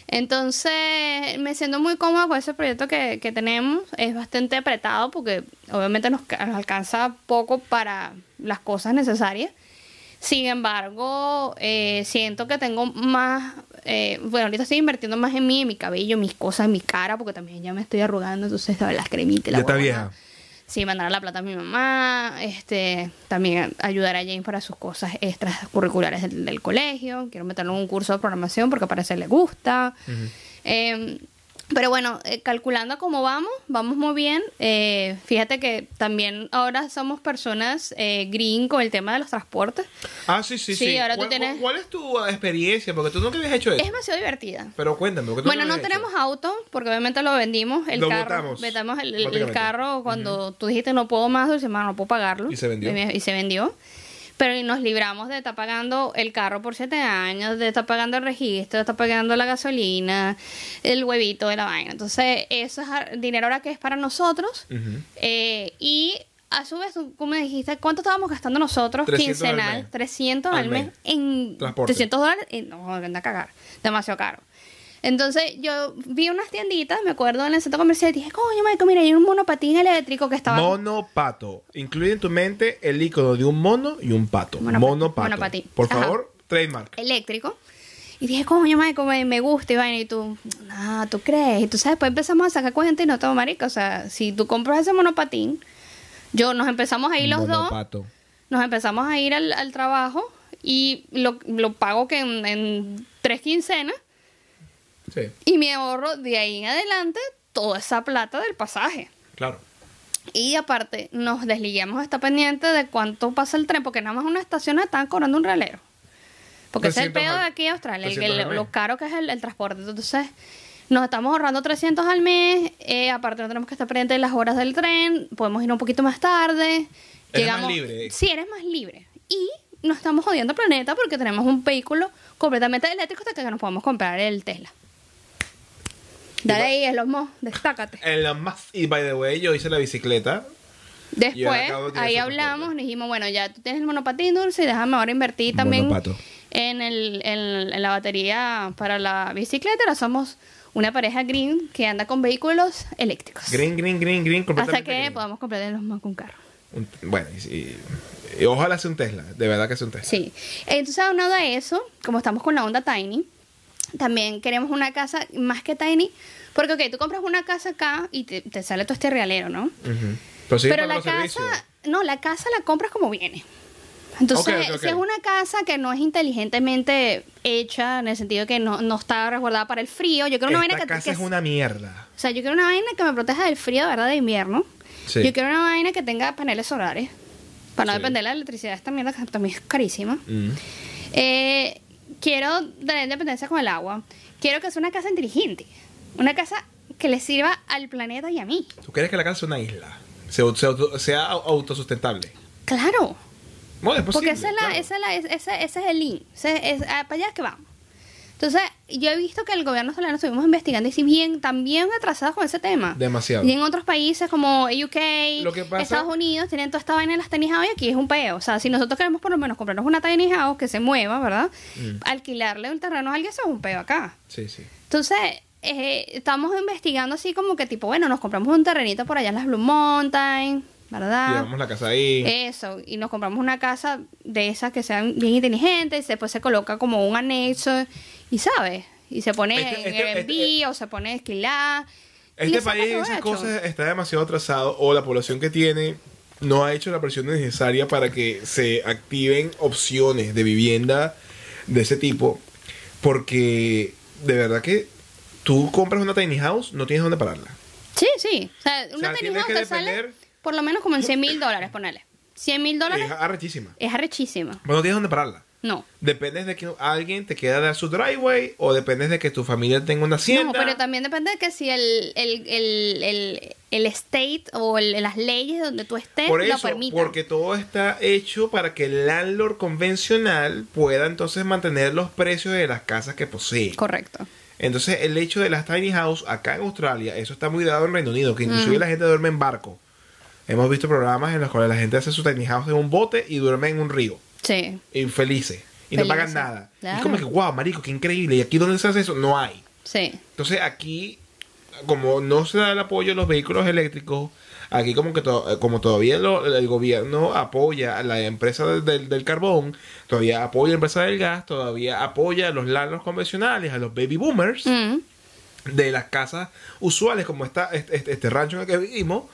[SPEAKER 2] Entonces, me siento muy cómoda con ese proyecto que, que tenemos. Es bastante apretado porque obviamente nos, ca- nos alcanza poco para las cosas necesarias. Sin embargo, eh, siento que tengo más... eh, bueno, ahorita estoy invirtiendo más en mí, en mi cabello, mis cosas, en mi cara, porque también ya me estoy arrugando, entonces ¿sabes? las cremitas, la
[SPEAKER 1] Ya está
[SPEAKER 2] huevona.
[SPEAKER 1] vieja.
[SPEAKER 2] Sí, mandar la plata a mi mamá, este, también ayudar a Jane para sus cosas extracurriculares del, del colegio. Quiero meterlo en un curso de programación porque parece le gusta. Eh, pero bueno, eh, calculando cómo vamos, vamos muy bien. Eh, fíjate que también ahora somos personas eh, green con el tema de los transportes.
[SPEAKER 1] Ah, sí, sí, sí.
[SPEAKER 2] Sí, ahora tú
[SPEAKER 1] ¿Cuál,
[SPEAKER 2] tienes-
[SPEAKER 1] cuál- cuál es tu experiencia? Porque tú nunca habías hecho eso.
[SPEAKER 2] Es demasiado divertida.
[SPEAKER 1] Pero cuéntame. porque tú
[SPEAKER 2] Bueno,
[SPEAKER 1] nunca
[SPEAKER 2] no
[SPEAKER 1] habías hecho.
[SPEAKER 2] tenemos auto, porque obviamente lo vendimos. El
[SPEAKER 1] Lo
[SPEAKER 2] carro,
[SPEAKER 1] botamos,
[SPEAKER 2] vetamos el, el- el
[SPEAKER 1] básicamente.
[SPEAKER 2] carro cuando tú dijiste no puedo más, dulce hermano, no puedo pagarlo.
[SPEAKER 1] Y se vendió.
[SPEAKER 2] Y, y se vendió. Pero nos libramos de estar pagando el carro por siete años, de estar pagando el registro, de estar pagando la gasolina, el huevito de la vaina. Entonces, eso es ar- dinero ahora que es para nosotros.
[SPEAKER 1] Ujú.
[SPEAKER 2] Eh, y a su vez, tú tú me dijiste cuánto estábamos gastando nosotros
[SPEAKER 1] 300 al
[SPEAKER 2] quincenal,
[SPEAKER 1] mes.
[SPEAKER 2] 300 al
[SPEAKER 1] Al
[SPEAKER 2] mes,
[SPEAKER 1] mes.
[SPEAKER 2] en
[SPEAKER 1] Transporte.
[SPEAKER 2] 300 dólares. eh, no, anda a cagar, demasiado caro. Entonces yo vi unas tienditas, me acuerdo en el centro comercial, y dije, coño, marico, mira, hay un monopatín eléctrico que estaba.
[SPEAKER 1] Mono pato. Incluye en tu mente el icono de un mono y un pato.
[SPEAKER 2] Monopa-
[SPEAKER 1] Mono pato.
[SPEAKER 2] monopatín.
[SPEAKER 1] Por
[SPEAKER 2] Ajá.
[SPEAKER 1] favor, trademark.
[SPEAKER 2] eléctrico. Y dije, coño, marico, me, me gusta, y vaina, y tú, ah, ¿tú crees? Y tú sabes, después empezamos a sacar cuenta y no todo marico, o sea, si tú compras ese monopatín, yo nos empezamos a ir los dos.
[SPEAKER 1] Monopato.
[SPEAKER 2] nos empezamos a ir al, al trabajo y lo, lo pago que en, en tres quincenas
[SPEAKER 1] Sí,
[SPEAKER 2] y me ahorro de ahí en adelante toda esa plata del pasaje.
[SPEAKER 1] claro.
[SPEAKER 2] Y aparte, nos desligamos está pendiente de cuánto pasa el tren, porque nada más una estación nos estaban cobrando un relero. Porque ese es el
[SPEAKER 1] 300
[SPEAKER 2] pedo de
[SPEAKER 1] al-
[SPEAKER 2] aquí de Australia, el que
[SPEAKER 1] 300
[SPEAKER 2] lo,
[SPEAKER 1] al
[SPEAKER 2] lo
[SPEAKER 1] mes.
[SPEAKER 2] caro que es el, el transporte. Entonces, nos estamos ahorrando 300 al mes, eh, aparte no tenemos que estar pendientes de las horas del tren, podemos ir un poquito más tarde.
[SPEAKER 1] más libre.
[SPEAKER 2] Sí, eres más libre. Y no estamos jodiendo el planeta porque tenemos un vehículo completamente eléctrico hasta que nos podamos comprar el Tesla. Dale ahí, Elosmo, destácate.
[SPEAKER 1] En la más, y by the way, yo hice la bicicleta. Y ahora
[SPEAKER 2] Después,
[SPEAKER 1] acabo de tirar
[SPEAKER 2] ahí
[SPEAKER 1] esa
[SPEAKER 2] hablamos,
[SPEAKER 1] propuesta.
[SPEAKER 2] dijimos, bueno, ya tú tienes el monopatín dulce, déjame ahora invertir también
[SPEAKER 1] Monopato.
[SPEAKER 2] en, el, en, en la batería para la bicicleta. Ahora somos una pareja green que anda con vehículos eléctricos.
[SPEAKER 1] Green, green, green, green.
[SPEAKER 2] hasta
[SPEAKER 1] completamente
[SPEAKER 2] que
[SPEAKER 1] green.
[SPEAKER 2] podamos comprar de los más con carro.
[SPEAKER 1] Un- bueno, y, y- y ojalá sea un Tesla. De verdad que sea un Tesla.
[SPEAKER 2] Sí. Entonces, aunado a eso, como estamos con la onda Tiny, también queremos una casa más que Tiny, porque, ok, tú compras una casa acá y te, te sale todo este realero, ¿no?
[SPEAKER 1] Ujú. Pero, sigue
[SPEAKER 2] Pero la
[SPEAKER 1] pagando
[SPEAKER 2] casa,
[SPEAKER 1] servicios.
[SPEAKER 2] no, la casa la compras como viene. Entonces,
[SPEAKER 1] Ok, ok, ok.
[SPEAKER 2] si es una casa que no es inteligentemente hecha, en el sentido que no, no está resguardada para el frío, yo quiero una vaina
[SPEAKER 1] Esta
[SPEAKER 2] que,
[SPEAKER 1] casa
[SPEAKER 2] que-
[SPEAKER 1] es una mierda.
[SPEAKER 2] O sea, yo quiero una vaina que me proteja del frío, de ¿verdad? De invierno.
[SPEAKER 1] Sí.
[SPEAKER 2] Yo quiero una vaina que tenga paneles solares, para no
[SPEAKER 1] Sí.
[SPEAKER 2] depender de la electricidad, esta mierda que también es carísima.
[SPEAKER 1] Mm.
[SPEAKER 2] Eh, quiero tener independencia con el agua. Quiero que sea una casa inteligente. Una casa que le sirva al planeta y a mí.
[SPEAKER 1] ¿Tú crees que la casa es una isla? Se, se auto- sea au- autosustentable.
[SPEAKER 2] Claro.
[SPEAKER 1] Bueno, es posible.
[SPEAKER 2] Porque esa es la,
[SPEAKER 1] claro.
[SPEAKER 2] esa es la- es- ese, ese es el link. Ese es- ah, para allá es que vamos. Entonces, yo he visto que el gobierno solano estuvimos investigando y si bien también atrasados con ese tema.
[SPEAKER 1] Demasiado.
[SPEAKER 2] Y en otros países como UK,
[SPEAKER 1] Lo que pasa-
[SPEAKER 2] Estados Unidos, tienen toda esta vaina en las tiny house y aquí es un peo. O sea, si nosotros queremos por lo menos comprarnos una tiny house que se mueva, ¿verdad?
[SPEAKER 1] Mm.
[SPEAKER 2] Alquilarle un terreno a alguien, eso es un peo acá.
[SPEAKER 1] Sí, sí.
[SPEAKER 2] Entonces, eh, estamos investigando así como que tipo, bueno, nos compramos un terrenito por allá en las Blue Mountain, ¿verdad?
[SPEAKER 1] Llevamos la casa ahí.
[SPEAKER 2] Eh, Eso, y nos compramos una casa de esas que sean bien inteligentes, y después se coloca como un anexo, y sabes, y se pone
[SPEAKER 1] Este-
[SPEAKER 2] en
[SPEAKER 1] este-
[SPEAKER 2] Airbnb
[SPEAKER 1] este-
[SPEAKER 2] o se pone a alquilar. y le
[SPEAKER 1] este
[SPEAKER 2] sacas
[SPEAKER 1] país en esas
[SPEAKER 2] provecho.
[SPEAKER 1] cosas está demasiado atrasado o la población que tiene no ha hecho la presión necesaria para que se activen opciones de vivienda de ese tipo. Porque de verdad que tú compras una tiny house, no tienes dónde pararla.
[SPEAKER 2] Sí, sí. O sea, una tiny
[SPEAKER 1] tienes
[SPEAKER 2] house
[SPEAKER 1] que
[SPEAKER 2] te sale
[SPEAKER 1] depender-
[SPEAKER 2] por lo menos como en 100 mil dólares, ponele. 100 mil
[SPEAKER 1] Es
[SPEAKER 2] dólares
[SPEAKER 1] arrechísima.
[SPEAKER 2] es arrechísima.
[SPEAKER 1] Pero no tienes dónde pararla.
[SPEAKER 2] No.
[SPEAKER 1] Dependes de que alguien te quiera dar su driveway o dependes de que tu familia tenga una hacienda.
[SPEAKER 2] No, pero también depende de que si el, el, el, el, el state o el- las leyes donde tú estés
[SPEAKER 1] Por
[SPEAKER 2] lo
[SPEAKER 1] eso,
[SPEAKER 2] permitan.
[SPEAKER 1] porque todo está hecho para que el landlord convencional pueda entonces mantener los precios de las casas que posee.
[SPEAKER 2] Correcto.
[SPEAKER 1] Entonces, el hecho de las tiny house acá en Australia, eso está muy dado en Reino Unido, que inclusive la gente duerme en barco. Hemos visto programas en los cuales la gente hace su tiny house en un bote y duerme en un río,
[SPEAKER 2] Sí,
[SPEAKER 1] infelices, y no pagan
[SPEAKER 2] Felices,
[SPEAKER 1] nada. Y
[SPEAKER 2] claro.
[SPEAKER 1] es como que, wow, marico, qué increíble. ¿Y aquí dónde se hace eso? No hay.
[SPEAKER 2] sí.
[SPEAKER 1] Entonces aquí, como no se da el apoyo a los vehículos eléctricos, aquí como que to- eh, como todavía lo- el gobierno apoya a la empresa del- del, del carbón, todavía apoya a la empresa del gas, todavía apoya a los lanos convencionales, a los baby boomers
[SPEAKER 2] Mm.
[SPEAKER 1] de las casas usuales como esta, este, este rancho en el que vivimos,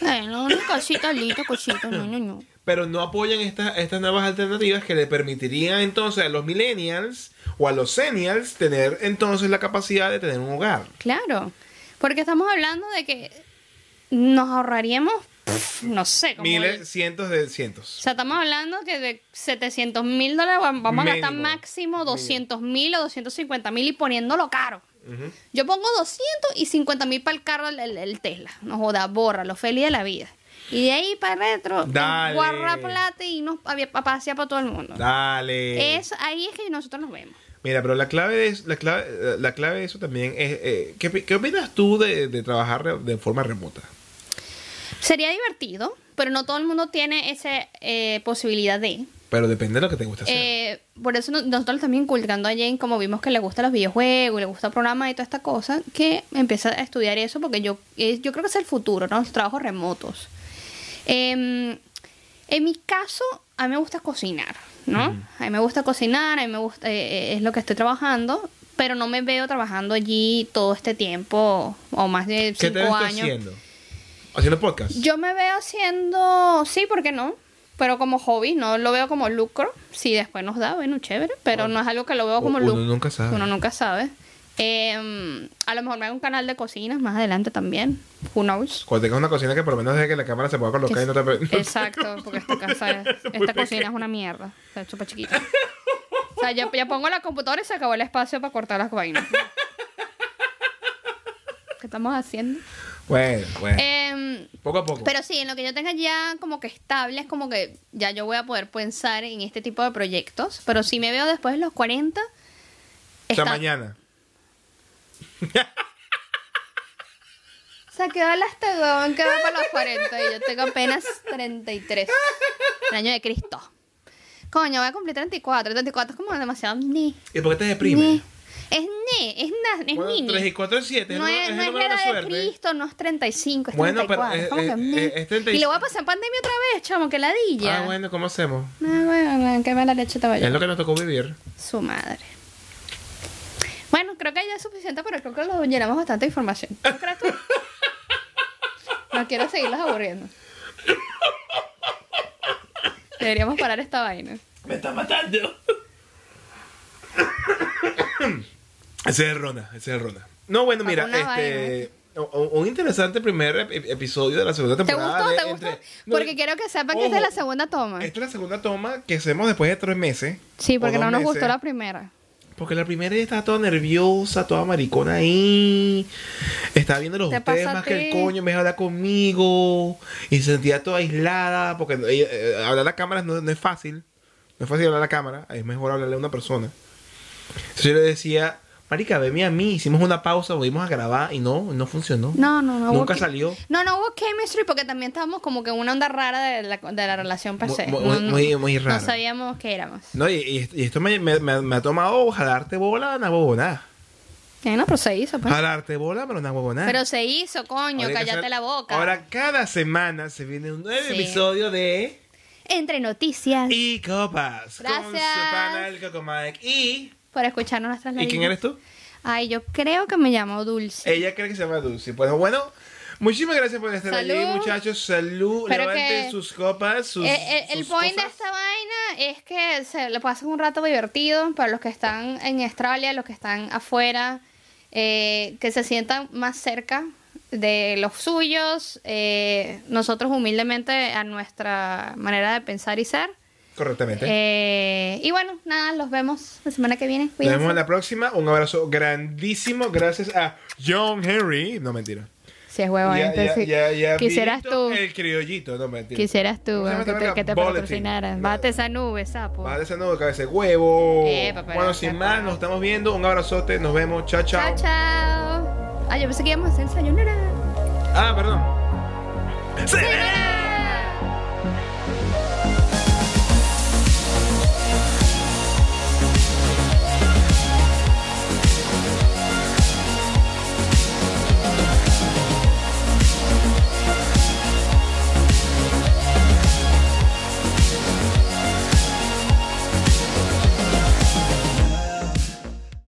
[SPEAKER 2] Bueno, una cosita, lindo, cosita, no, no, no.
[SPEAKER 1] pero no apoyan estas estas nuevas alternativas que le permitirían entonces a los millennials o a los seniors tener entonces la capacidad de tener un hogar.
[SPEAKER 2] Claro, porque estamos hablando de que nos ahorraríamos, pf, no sé, como el-
[SPEAKER 1] Miles, cientos de cientos.
[SPEAKER 2] o sea, estamos hablando que de 700 mil dólares vam- vamos a gastar
[SPEAKER 1] Mínimo.
[SPEAKER 2] máximo 200 mil o 250 mil y poniéndolo caro.
[SPEAKER 1] Ujú.
[SPEAKER 2] Yo pongo 250 mil para el carro el, el- el Tesla. No joda, borra, lo feliz de la vida. Y de ahí para retro,
[SPEAKER 1] Dale.
[SPEAKER 2] guarra plata y nos había pasear para todo el mundo.
[SPEAKER 1] Dale.
[SPEAKER 2] Eso, ahí es que nosotros nos vemos.
[SPEAKER 1] Mira, pero la clave de es- la clave, la clave de eso también es eh, ¿qué, pi- qué opinas tú de, de trabajar re- de forma remota?
[SPEAKER 2] Sería divertido, pero no todo el mundo tiene esa eh, posibilidad de.
[SPEAKER 1] Pero depende de lo que te gusta hacer.
[SPEAKER 2] Eh, por eso no- nosotros también inculcando a Jane, como vimos que le gustan los videojuegos, le gusta el programa y toda esta cosa, que empieza a estudiar eso porque yo, eh, yo creo que es el futuro, ¿no? Los trabajos remotos. Em, en mi caso, a mí me gusta cocinar, ¿no? A mí me gusta cocinar, a mí me gusta, eh, eh, es lo que estoy trabajando, pero no me veo trabajando allí todo este tiempo o más de
[SPEAKER 1] ¿Qué
[SPEAKER 2] cinco
[SPEAKER 1] te ves tú
[SPEAKER 2] años.
[SPEAKER 1] haciendo? ¿Haciendo podcast?
[SPEAKER 2] Yo me veo haciendo, sí, ¿por qué no? Pero como hobby, no lo veo como lucro. Si después nos da, bueno, chévere, pero no es algo que lo veo como
[SPEAKER 1] Uno
[SPEAKER 2] lucro.
[SPEAKER 1] nunca sabe.
[SPEAKER 2] Uno nunca sabe. Eh, a lo mejor me hago un canal de cocinas más adelante también. Who knows?
[SPEAKER 1] Cuando tengas una cocina que por lo menos deje que la cámara se pueda colocar y no te...
[SPEAKER 2] Exacto, porque esta casa, es- esta cocina es una mierda. Está súper chiquita. sea, yo, yo pongo la computadora y se acabó el espacio para cortar las vainas. ¿Qué estamos haciendo?
[SPEAKER 1] Bueno, bueno.
[SPEAKER 2] Em,
[SPEAKER 1] poco a poco.
[SPEAKER 2] pero sí, en lo que yo tenga ya como que estable, es como que ya yo voy a poder pensar en este tipo de proyectos. Pero si me veo después de los 40,
[SPEAKER 1] Hasta
[SPEAKER 2] está-
[SPEAKER 1] mañana.
[SPEAKER 2] O sea, que habla este huevón que va para los 40 y yo tengo apenas 33. El año de Cristo. Coño, voy a cumplir 34. 34 es como demasiado ni.
[SPEAKER 1] ¿Y por qué te
[SPEAKER 2] ni.
[SPEAKER 1] deprimes?
[SPEAKER 2] Es ni, es, na, es
[SPEAKER 1] Bueno,
[SPEAKER 2] nini.
[SPEAKER 1] 3 y 4 es 7.
[SPEAKER 2] No es, no es la edad de Cristo, no es 35, es
[SPEAKER 1] Bueno, pero,
[SPEAKER 2] 34. es como
[SPEAKER 1] eh,
[SPEAKER 2] que
[SPEAKER 1] eh,
[SPEAKER 2] ni.
[SPEAKER 1] eh, es 35.
[SPEAKER 2] Y lo voy a pasar en pandemia otra vez, chamo, que ladilla.
[SPEAKER 1] Ah, bueno, ¿cómo hacemos?
[SPEAKER 2] Ah, bueno, bueno, qué mala leche te vaya.
[SPEAKER 1] Es lo que nos tocó vivir.
[SPEAKER 2] Su madre. Bueno, creo que ya es suficiente, pero creo que lo llenamos bastante de información. ¿No crees tú? No quiero seguirlos aburriendo. Deberíamos parar esta vaina.
[SPEAKER 1] Me está matando. ese es Rona, ese es Rona. No, bueno, mira,
[SPEAKER 2] Alguna
[SPEAKER 1] este. o- o- Un interesante primer ep- episodio de la segunda
[SPEAKER 2] ¿Te
[SPEAKER 1] temporada.
[SPEAKER 2] gustó?
[SPEAKER 1] de
[SPEAKER 2] ¿Te gustó?
[SPEAKER 1] Entre- no,
[SPEAKER 2] Porque quiero que sepan
[SPEAKER 1] ojo,
[SPEAKER 2] que esta es
[SPEAKER 1] Este-
[SPEAKER 2] la segunda toma.
[SPEAKER 1] Esta es la segunda toma que hacemos después de tres meses.
[SPEAKER 2] Sí,
[SPEAKER 1] o
[SPEAKER 2] porque
[SPEAKER 1] dos
[SPEAKER 2] no nos
[SPEAKER 1] meses.
[SPEAKER 2] gustó la primera.
[SPEAKER 1] Porque la primera ella estaba toda nerviosa, toda maricona ahí. Estaba viendo los
[SPEAKER 2] Te
[SPEAKER 1] ustedes
[SPEAKER 2] pasa a
[SPEAKER 1] más que el
[SPEAKER 2] ti.
[SPEAKER 1] coño, me habla conmigo. Y se sentía toda aislada. Porque ella, eh, hablar a la cámara no, no es fácil. No es fácil hablar a la cámara. Es mejor hablarle a una persona. Entonces yo le decía, Marica, venme a mí. Hicimos una pausa, volvimos a grabar y no, no funcionó.
[SPEAKER 2] No, no, no. hubo
[SPEAKER 1] Nunca
[SPEAKER 2] que-
[SPEAKER 1] salió.
[SPEAKER 2] No, no hubo chemistry porque también estábamos como que en una onda rara de la, de la relación per
[SPEAKER 1] Mu-
[SPEAKER 2] se.
[SPEAKER 1] mu-
[SPEAKER 2] No,
[SPEAKER 1] muy-
[SPEAKER 2] no-
[SPEAKER 1] muy- muy rara.
[SPEAKER 2] No sabíamos qué éramos.
[SPEAKER 1] No, y, y- y esto me, me- me- me ha tomado jalarte bola, una huevonada.
[SPEAKER 2] Bueno, pero se hizo, pues.
[SPEAKER 1] Jalarte bola, pero una huevonada.
[SPEAKER 2] Pero se hizo,
[SPEAKER 1] Ahora hay
[SPEAKER 2] coño,
[SPEAKER 1] que
[SPEAKER 2] cállate
[SPEAKER 1] hacer-
[SPEAKER 2] la boca.
[SPEAKER 1] Ah. Ahora cada semana se viene un nuevo
[SPEAKER 2] Sí.
[SPEAKER 1] episodio de
[SPEAKER 2] Entre noticias.
[SPEAKER 1] Y Copas. Con su
[SPEAKER 2] Gracias.
[SPEAKER 1] pana, el Coco Mike. Y.
[SPEAKER 2] Por escucharnos nuestras
[SPEAKER 1] ¿Y quién
[SPEAKER 2] ladillas.
[SPEAKER 1] eres tú?
[SPEAKER 2] Ay, yo creo que me llamo Dulce.
[SPEAKER 1] Ella cree que se llama Dulce. Bueno, bueno. Muchísimas gracias por estar
[SPEAKER 2] Salud.
[SPEAKER 1] allí, muchachos. Salud.
[SPEAKER 2] Pero
[SPEAKER 1] Levanten
[SPEAKER 2] que-
[SPEAKER 1] sus copas, sus.
[SPEAKER 2] Eh, eh, el
[SPEAKER 1] sus
[SPEAKER 2] point de
[SPEAKER 1] cosas.
[SPEAKER 2] esta vaina es que se lo pasen un rato divertido para los que están en Australia, los que están afuera, eh, que se sientan más cerca de los suyos, eh, nosotros humildemente a nuestra manera de pensar y ser.
[SPEAKER 1] Correctamente.
[SPEAKER 2] Eh, y bueno, nada, los vemos la semana que viene.
[SPEAKER 1] Nos
[SPEAKER 2] Cuídense.
[SPEAKER 1] vemos en la próxima. Un abrazo grandísimo. Gracias a John Henry. No, mentira.
[SPEAKER 2] Si es huevo,
[SPEAKER 1] Ya,
[SPEAKER 2] entonces,
[SPEAKER 1] ya, ya, ya,
[SPEAKER 2] quisieras
[SPEAKER 1] Vito,
[SPEAKER 2] tú.
[SPEAKER 1] El criollito. No, mentira.
[SPEAKER 2] Quisieras tú,
[SPEAKER 1] ¿Cómo se llama
[SPEAKER 2] weón, que
[SPEAKER 1] esta
[SPEAKER 2] te,
[SPEAKER 1] verga?
[SPEAKER 2] que te
[SPEAKER 1] Bulletin.
[SPEAKER 2] patrocinaran.
[SPEAKER 1] Claro.
[SPEAKER 2] Bate esa nube, sapo.
[SPEAKER 1] Vale, esa nube, cabeza de huevo.
[SPEAKER 2] Epa, pero
[SPEAKER 1] bueno, sin
[SPEAKER 2] epa.
[SPEAKER 1] más, nos estamos viendo. Un abrazote, nos vemos. Chao, chao.
[SPEAKER 2] Chao, chao. Ah, yo pensé que íbamos a hacer sayonara.
[SPEAKER 1] Ah, perdón. ¡Sí!